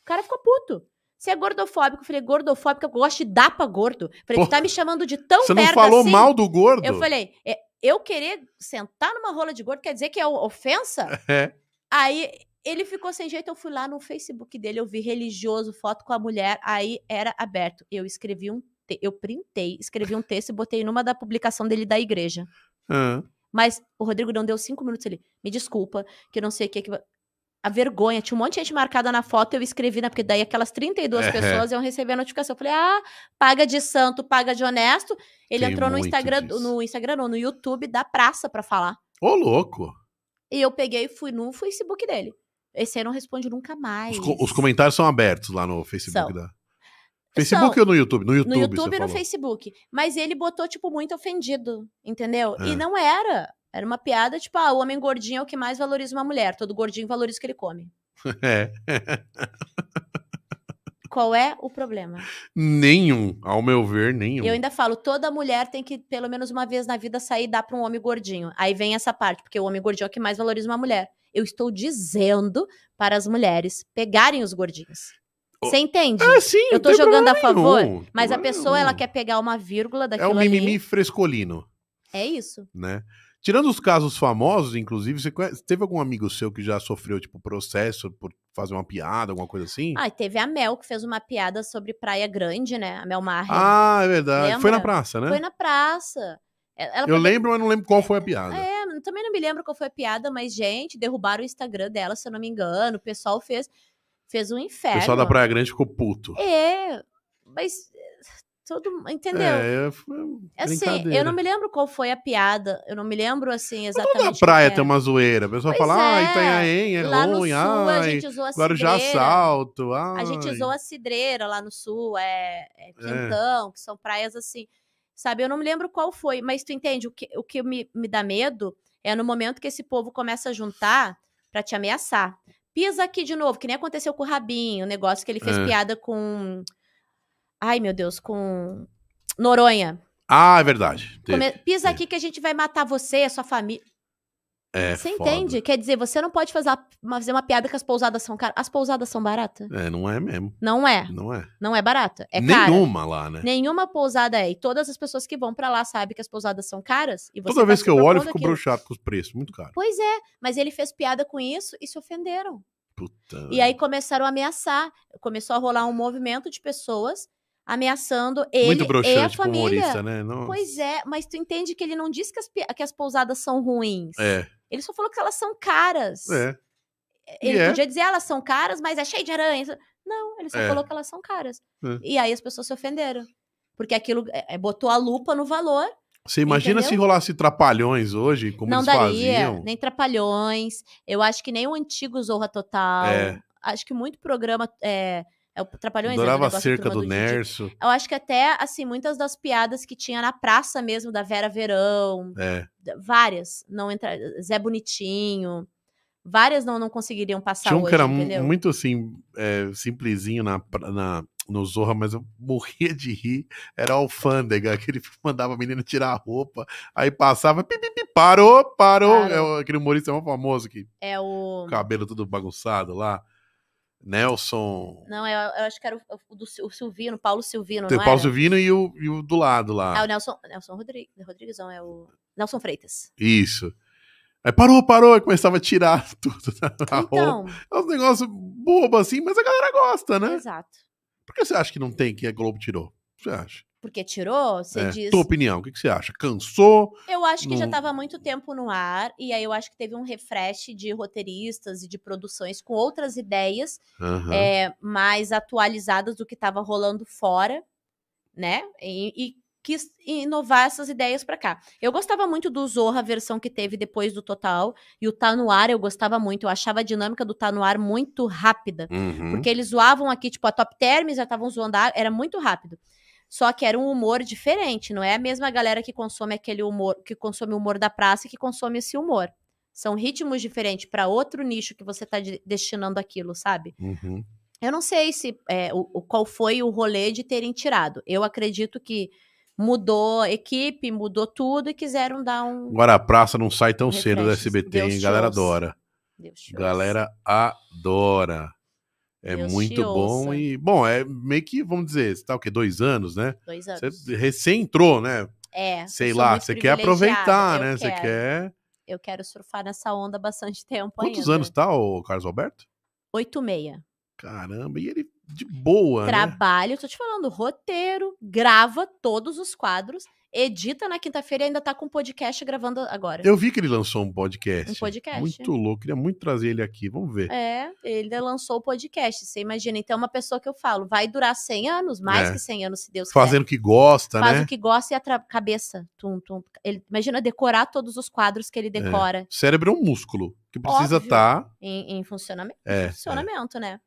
cara ficou puto. Você é gordofóbico? Eu falei, gordofóbico, eu gosto de dar pra gordo. Eu Falei, Pô, tu tá me chamando de tão Você não merda falou assim? mal do gordo? Eu falei, é, eu querer sentar numa rola de gordo quer dizer que é o- ofensa? É. Aí ele ficou sem jeito, eu fui lá no Facebook dele, eu vi religioso, foto com a mulher, aí era aberto. Eu escrevi um te- eu printei, escrevi um texto e botei numa da publicação dele da igreja. Ah, Mas o Rodrigo não deu cinco minutos ele, me desculpa, que eu não sei o que que... va- A vergonha, tinha um monte de gente marcada na foto, eu escrevi, né? Porque daí aquelas 32 É. pessoas iam receber a notificação. Eu falei, ah, paga de santo, paga de honesto. Ele Tem entrou no muito Instagram, disso. no Instagram, não, no YouTube da praça pra falar. Ô, louco. E eu peguei e fui no Facebook dele. Esse aí não responde nunca mais. Os, co- os comentários são abertos lá no Facebook É São. da. Facebook ou no YouTube? No YouTube, No YouTube você e falou. no Facebook. Mas ele botou, tipo, muito ofendido, entendeu? Ah. E não era. Era uma piada, tipo, ah, o homem gordinho é o que mais valoriza uma mulher. Todo gordinho valoriza o que ele come. É. Qual é o problema? Nenhum, ao meu ver, nenhum. Eu ainda falo, toda mulher tem que, pelo menos uma vez na vida, sair e dar pra um homem gordinho. Aí vem essa parte, porque o homem gordinho é o que mais valoriza uma mulher. Eu estou dizendo para as mulheres pegarem os gordinhos. Oh. Você entende? É, sim, Eu não tô tem jogando a problema favor, nenhum, mas a problema pessoa, ela nenhum. quer pegar uma vírgula É daquilo um mimimi ali. frescolino, É isso. né? Tirando os casos famosos, inclusive, você conhece- teve algum amigo seu que já sofreu, tipo, processo por fazer uma piada, alguma coisa assim? Ah, e teve a Mel, que fez uma piada sobre Praia Grande, né? A Mel Marre. Ah, é verdade. Foi na Lembra? praça, né? Foi na praça. Ela ela Eu poderia- lembro, mas não lembro qual foi a piada. É, eu também não me lembro qual foi a piada, mas, gente, derrubaram o Instagram dela, se eu não me engano. O pessoal fez, fez um o inferno. pessoal da Praia Grande ficou puto. É, mas eh, todo mundo, entendeu? É, foi assim, brincadeira. eu não me lembro qual foi a piada, eu não me lembro, assim, exatamente. Toda o que praia era. tem uma zoeira. A pessoa Pois fala, ah, é. Itanhaém é Lá no ruim, sul, ai, a gente usou a Guarujá cidreira. Salto, ai. A gente usou a cidreira lá no sul, é, é Quintão, que são praias assim, sabe? Eu não me lembro qual foi, mas tu entende, o que, o que me, me dá medo é no momento que esse povo começa a juntar pra te ameaçar. Pisa aqui de novo, que nem aconteceu com o Rabinho, o negócio que ele fez É. piada com. Ai, meu Deus, com Noronha. Ah, é verdade. Teve. Come- Pisa teve. aqui que a gente vai matar você, sua família. É, você foda. entende? Quer dizer, você não pode fazer uma, fazer uma piada que as pousadas são caras. As pousadas são baratas? É, não é mesmo. Não é. Não é. Não é barata. É cara. Nenhuma lá, né? Nenhuma pousada é. E todas as pessoas que vão pra lá sabem que as pousadas são caras. E você Toda tá vez se que eu olho, eu propondo fico aquilo. broxado com os preços. Muito caro. Pois é, mas ele fez piada com isso e se ofenderam. Puta. E aí começaram a ameaçar. Começou a rolar um movimento de pessoas ameaçando ele Muito e a broxante pro humorista, família. né? Não... Pois é, mas tu entende que ele não disse que as, pi- que as pousadas são ruins. É, Ele só falou que elas são caras. é. e Ele é. podia dizer elas são caras, mas é cheio de aranha. Não, ele só É. falou que elas são caras. É. E aí as pessoas se ofenderam. Porque aquilo é, é, botou a lupa no valor. Você imagina Entendeu? se rolasse trapalhões hoje, como não eles daria, faziam? nem trapalhões. Eu acho que nem o antigo Zorra Total. É. Acho que muito programa. É, é o Trapalhões. né, do Adorava a negócio da cerca Turma do Didi. Nerso. Eu acho que até, assim, muitas das piadas que tinha na praça mesmo, da Vera Verão, É. d- várias. não entra... Zé Bonitinho. Várias não, não conseguiriam passar Tinha um hoje, que era mu- entendeu? muito assim, é, simplesinho na, pra- na, no Zorra, mas eu morria de rir. Era a alfândega, que ele mandava a menina tirar a roupa, aí passava, pi, pi, pi, parou, parou. Parou. É o- aquele humorista é um famoso que É o... o cabelo todo bagunçado lá. Nelson. Não, eu, eu acho que era o, o do Sil- o Silvino, Paulo Silvino, Tem não o Paulo era? Silvino e o, e o do lado lá. Ah, o Nelson, Nelson Rodrigues, Rodrigues não, é o Nelson Freitas. Isso. Aí parou, parou, aí começava a tirar tudo da da roupa. então, É um negócio bobo assim, mas a galera gosta, né? exato. Por que você acha que não tem que a Globo tirou? O que Você acha? Porque tirou, você É, diz. Tua opinião, o que que você acha? Cansou? Eu acho que Não- já estava muito tempo no ar, e aí eu acho que teve um refresh de roteiristas e de produções com outras ideias Aham. é, mais atualizadas do que estava rolando fora, né? E, e quis inovar essas ideias pra cá. Eu gostava muito do Zorra, a versão que teve depois do Total, e o Tá No Ar eu gostava muito, eu achava a dinâmica do Tá No Ar muito rápida. Uhum. Porque eles zoavam aqui, tipo, a Top Term, já estavam zoando, a- era muito rápido. Só que era um humor diferente, não é a mesma galera que consome aquele humor, que consome o humor da praça e que consome esse humor. São ritmos diferentes para outro nicho que você tá de- destinando aquilo, sabe? Uhum. Eu não sei se é, o, o- qual foi o rolê de terem tirado. Eu acredito que mudou a equipe, mudou tudo e quiseram dar um. Agora a praça não sai tão cedo do Refreshes. SBT, Deus hein? Galera te ouça. adora. Deus te ouça. Galera adora. É Deus te muito bom ouça. e. Bom, é meio que, vamos dizer, você tá o quê? Dois anos, né? Dois anos. Você recém entrou, né? É, eu Sei sou lá, muito você quer aproveitar, privilegiada, eu né? Você quero. quer. Eu quero surfar nessa onda há bastante tempo Quantos ainda. anos tá o Carlos Alberto? 8 e meia. Caramba, e ele de boa, né? Trabalho, tô te falando, roteiro, grava todos os quadros, edita na quinta-feira e ainda tá com podcast gravando agora. Eu vi que ele lançou um podcast. Um podcast. Muito louco, queria muito trazer ele aqui, vamos ver. É, ele ainda lançou o podcast, você imagina. Então, é uma pessoa que eu falo, vai durar 100 anos, mais É. que 100 anos, se Deus Fazendo o que gosta, quiser. Faz né? o que gosta e a tra- cabeça. Tum, tum. Ele, imagina decorar todos os quadros que ele decora Cérebro é um músculo que precisa Óbvio. estar. em, em funcionamento, É, funcionamento né?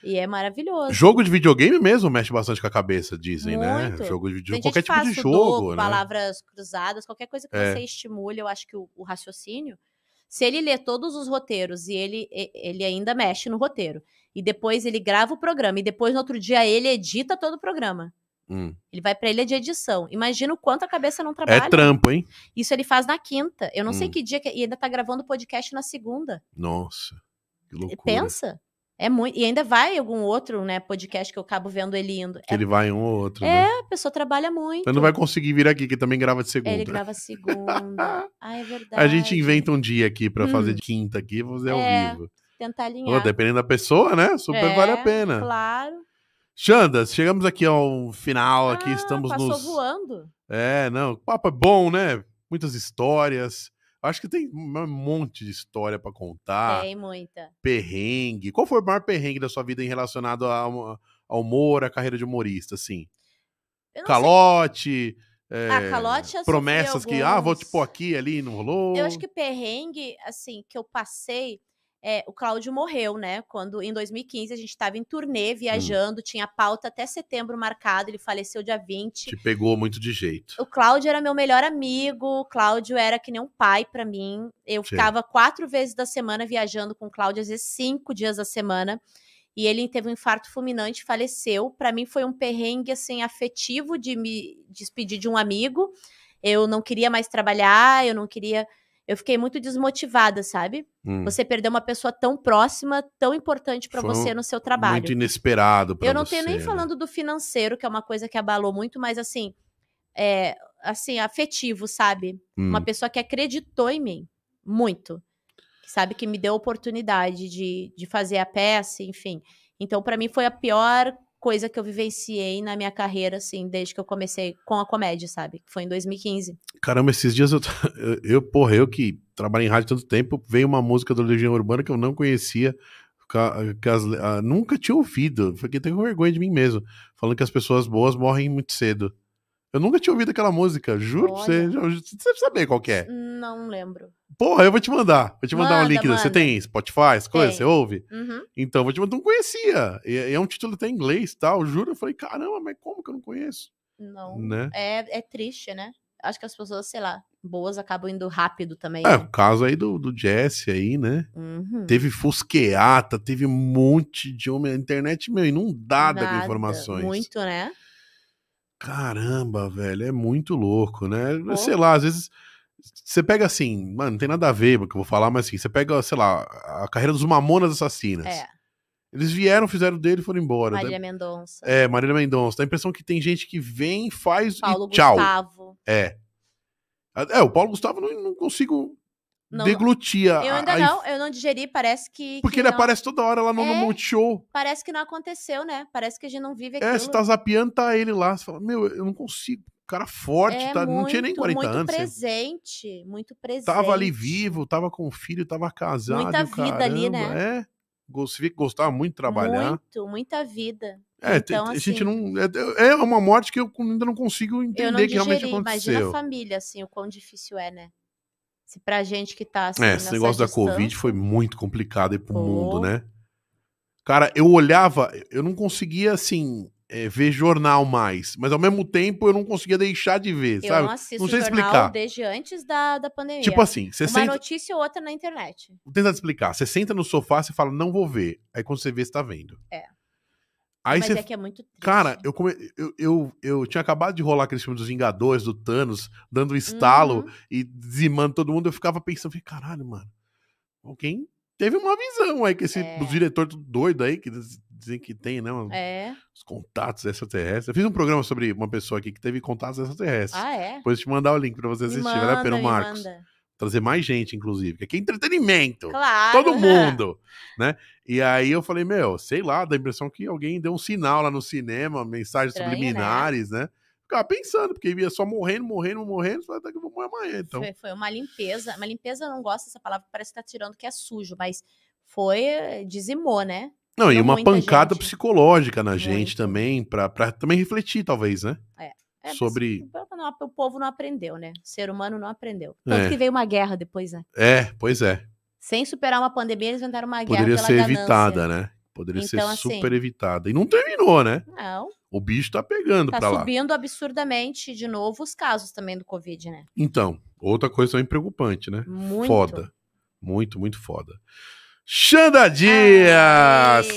E é maravilhoso. Jogo de videogame mesmo mexe bastante com a cabeça, dizem, Muito. né? Jogo de videogame, Tem qualquer gente que tipo de faz jogo, sudoku, né? palavras cruzadas, qualquer coisa que É. você estimule, eu acho que o, o raciocínio. Se ele lê todos os roteiros e ele, e- ele ainda mexe no roteiro, e depois ele grava o programa, e depois no outro dia ele edita todo o programa. Hum. Ele vai pra ilha de edição. Imagina o quanto a cabeça não É trabalha. trampo, hein? Isso ele faz na quinta. Eu não sei Hum. que dia que... e ainda tá gravando o podcast na segunda. Nossa, que loucura. Pensa. É muito. E ainda vai algum outro, né, podcast que eu acabo vendo ele indo. Que ele vai em um ou outro, É, né? a pessoa trabalha muito. Então não vai conseguir vir aqui, que também grava de É, segunda. Ele grava segunda. ah, é verdade. né? A gente inventa um dia aqui pra Hum. fazer de quinta aqui, fazer É, ao vivo. Pô, Tentar alinhar. dependendo da pessoa, né? Super É, vale a pena. Claro. Xandas, chegamos aqui ao final, aqui Ah, estamos passou nos... voando. É, não, o papo é bom, né? Muitas histórias. Acho que tem um monte de história pra contar. Tem muita. Perrengue. Qual foi o maior perrengue da sua vida em relacionado ao, ao humor, à carreira de humorista, assim? Eu não Calote, é, Ah, calote eu sofri promessas que, ah, vou te alguns. pôr aqui, ali, não rolou. sei. Eu acho que perrengue, assim, que eu passei é, o Cláudio morreu, né? Quando em 2015 a gente estava em turnê Hum. viajando, tinha pauta até setembro marcado, ele faleceu dia 20. Te pegou muito de jeito. O Cláudio era meu melhor amigo, o Cláudio era que nem um pai pra mim. Eu Sim. ficava quatro vezes da semana viajando com o Cláudio, às vezes cinco dias da semana. E ele teve um infarto fulminante, faleceu. Pra mim foi um perrengue assim afetivo de me despedir de um amigo. Eu não queria mais trabalhar, eu não queria. Eu fiquei muito desmotivada, sabe? Hum, Você perdeu uma pessoa tão próxima, tão importante pra Foi um- você no seu trabalho. Muito inesperado pra Eu não você, tenho nem né? falando do financeiro, que é uma coisa que abalou muito, mas assim, é, assim, afetivo, sabe? Hum. Uma pessoa que acreditou em mim muito. Que sabe que me deu a oportunidade de, de fazer a peça, enfim. Então, pra mim foi a pior coisa que eu vivenciei na minha carreira assim, desde que eu comecei com a comédia, sabe? Que Foi em 2015. Caramba, esses dias eu, t- eu- eu, porra, eu que trabalho em rádio tanto tempo, veio uma música do Legião Urbana que eu não conhecia, ca- que as- ah, nunca tinha ouvido. Fiquei até com vergonha de mim mesmo, falando que as pessoas boas morrem muito cedo. Eu nunca tinha ouvido aquela música, juro pra você. Olha. já- Você deve saber qual que é. Não lembro. Porra, eu vou te mandar. Vou te mandar um Manda, link. Você manda. tem Spotify, as coisas? Tenho. Você ouve? Uhum. Então, vou te mandar. Não conhecia. E, e é um título até em inglês e tal, juro. Eu falei, caramba, mas como que eu não conheço? Não. Né? É, é triste, né? Acho que as pessoas, sei lá, boas acabam indo rápido também. É, né? o caso aí do, do Jesse aí, né? Uhum. Teve fusqueata, teve um monte de homem. A internet, meu, inundada com Nada. informações. Muito, né? Caramba, velho, é muito louco, né? Pô. Sei lá, às vezes. Você pega assim, mano, não tem nada a ver com o que eu vou falar, mas assim, você pega, sei lá, a carreira dos Mamonas Assassinas. É. Eles vieram, fizeram dele e foram embora. né? Marília Mendonça. É, Marília Mendonça. Dá a impressão que tem gente que vem, faz Paulo e tchau. Gustavo. É. É, o Paulo Gustavo não, não consigo Não, deglutir. a- Eu ainda a- não, eu não digeri, parece que. Porque que ele não- aparece toda hora lá no, no É. Multishow. Parece que não aconteceu, né? Parece que a gente não vive aquilo. É, você tá zapeando, tá ele lá. Você fala, meu, eu não consigo. Cara forte, É tá, não tinha nem muito, 40 muito anos. você presente, muito presente. Tava ali vivo, tava com o filho, tava casado. Muita e o vida ali, né? caramba, É. Go- Você vê que gostava muito de trabalhar. Muito, muita vida. é, tem- então, tem- a gente assim- não. É, é uma morte que eu ainda não consigo Eu entender não que realmente digeri, imagina a aconteceu. É, família, assim, o quão difícil é, né? Se pra gente que tá assim, É, esse nessa negócio da distância- Covid foi muito complicado aí pro Pô. mundo, né? Cara, eu olhava, eu não conseguia, assim, é, ver jornal mais, mas ao mesmo tempo eu não conseguia deixar de ver, Eu sabe? não assisto Não sei jornal explicar. desde antes da, da pandemia. Tipo assim, você Uma senta. notícia ou outra na internet. Vou tentar te explicar. Você senta no sofá, você fala, não vou ver. Aí quando você vê, você tá vendo. É. Aí mas você. é que é muito triste. Cara, eu, come... eu, eu, eu tinha acabado de rolar aquele filme dos Vingadores, do Thanos, dando um estalo Uhum. e dizimando todo mundo. Eu ficava pensando, falei, caralho, mano. Alguém teve uma visão aí que esse É. diretor tudo doido aí, que diz- dizem que tem, né? Os É. contatos extraterrestres. Eu fiz um programa sobre uma pessoa aqui que teve contatos extraterrestres. Ah, é? Depois eu te mandar o link pra você Me assistir, manda, tipo, vale a pena, me Marcos. manda. Trazer mais gente, inclusive. Porque aqui é entretenimento Claro. todo mundo, né? E aí eu falei, meu, sei lá, dá a impressão que alguém deu um sinal lá no cinema, mensagens Estranho, subliminares, né? Ficava pensando, porque ia só morrendo, morrendo, morrendo, falei, até que eu vou morrer amanhã, então. Foi, foi uma limpeza. Uma limpeza, eu não gosto dessa palavra, parece que tá tirando que é sujo, mas foi, eh, dizimou, né? Não, e Deu uma muita pancada gente. psicológica na gente Muito. também, pra, pra também refletir, talvez, né? É, mas Sobre- o povo não- o povo não aprendeu, né? O ser humano não aprendeu. Tanto É. que veio uma guerra depois, né? É, pois é. Sem superar uma pandemia, eles inventaram uma guerra Poderia pela ser ganância. evitada, né? Poderia Então, ser assim- super evitada. E não terminou, né? Não, O bicho tá pegando tá pra lá. subindo absurdamente de novo os casos também do Covid, né? Então, outra coisa também preocupante, né? Muito. Foda. Muito, muito foda. Xanda Dias!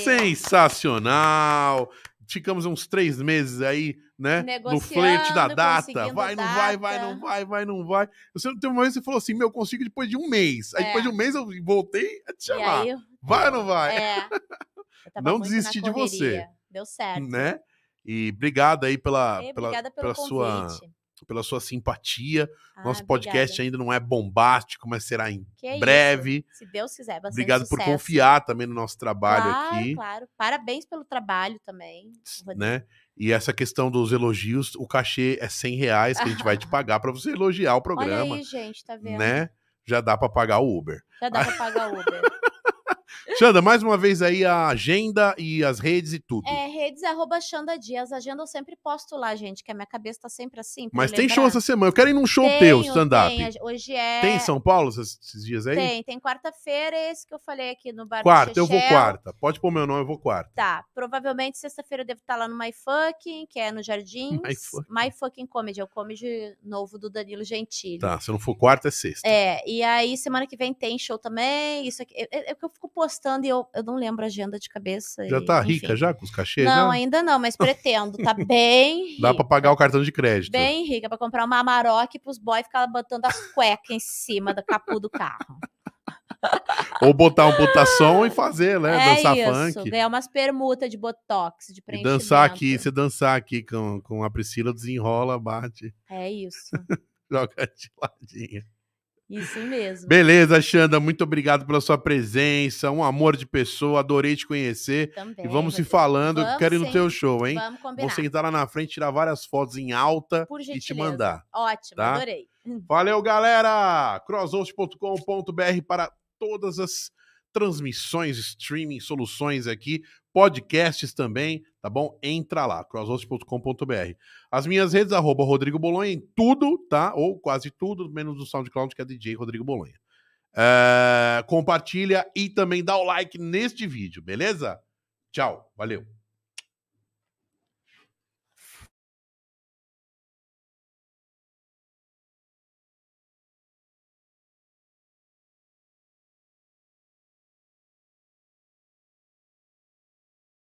Aê! Sensacional! Ficamos uns três meses aí, né? No Negociando, flerte da data. conseguindo Vai, não vai, data. vai, não vai, vai, não vai. Você não tem uma vez que você falou assim: meu, eu consigo depois de um mês. Aí É. depois de um mês eu voltei a te E chamar. aí, Vai ou não vai? é. Eu tava Não muito na desisti de você. correria. Deu certo. Né? E obrigado aí pela, Ei, Ah, pela, É. Né, obrigada pelo pela sua, convite. pela sua simpatia. Ah, Nosso podcast obrigada. ainda não é bombástico, mas será em Que é isso. breve. Se Deus quiser, bastante Obrigado por sucesso. confiar também no nosso trabalho claro, aqui, Claro, Parabéns pelo trabalho também. Rodrigo. né? E essa questão dos elogios, o cachê é 100 reais que a gente vai te pagar para você elogiar o Olha tá programa, aí, gente, tá vendo? né? Já dá para pagar o Uber. Já dá pra pagar Uber. Xanda, mais uma vez aí a agenda e as redes e tudo. É, redes arroba Xanda Dias. Agenda eu sempre posto lá, gente, que a minha cabeça tá sempre assim. pra Mas eu tem lembrar. show essa semana. Eu quero ir num show Tenho, teu, stand-up. tenho. Tem, Hoje- Hoje é. em São Paulo esses, esses dias aí? Tem, tem quarta-feira, esse que eu falei aqui no bar. do Quarta, eu vou Chechel. quarta. Pode pôr meu nome, eu vou quarta. Tá, provavelmente sexta-feira eu devo estar lá no My Fucking, que é no Jardins. My Fucking. My Fucking Comedy, é o comedy novo do Danilo Gentili. Tá, se não for quarta, é sexta. É, e aí semana que vem tem show também, isso aqui. É é- é que eu fico postando e eu, eu não lembro a agenda de cabeça. já e, tá É, enfim. rica já com os cachês? Não, já? ainda não, mas pretendo. Tá bem rica. Dá pra pagar o cartão de crédito. Bem rica, pra comprar uma Amarok pros boys ficar botando as cuecas em cima do capô do carro. Ou botar um puta som e fazer, né? dançar É isso, funk. ganhar umas permutas de botox, de E preenchimento. dançar aqui, você dançar aqui com, com a Priscila, desenrola, bate, É isso, joga de ladinho. isso mesmo. Beleza, Xanda, muito obrigado pela sua presença, um amor de pessoa, adorei te conhecer. Também, e vamos se Rodrigo. falando, Vamos quero ir no sim, teu show, hein? Vamos combinar. Vou sentar lá na frente, tirar várias fotos em alta Por e te gentileza. mandar. Ótimo, tá? adorei. Valeu, galera! crosshost.com.br para todas as transmissões, streaming, soluções aqui, podcasts também, tá bom? Entra lá, crosshost.com.br. As minhas redes, arroba Rodrigo Bolonha, em tudo, tá? Ou quase tudo, menos no SoundCloud, que é DJ Rodrigo Bolonha. É, compartilha e também dá o like neste vídeo, beleza? Tchau, valeu!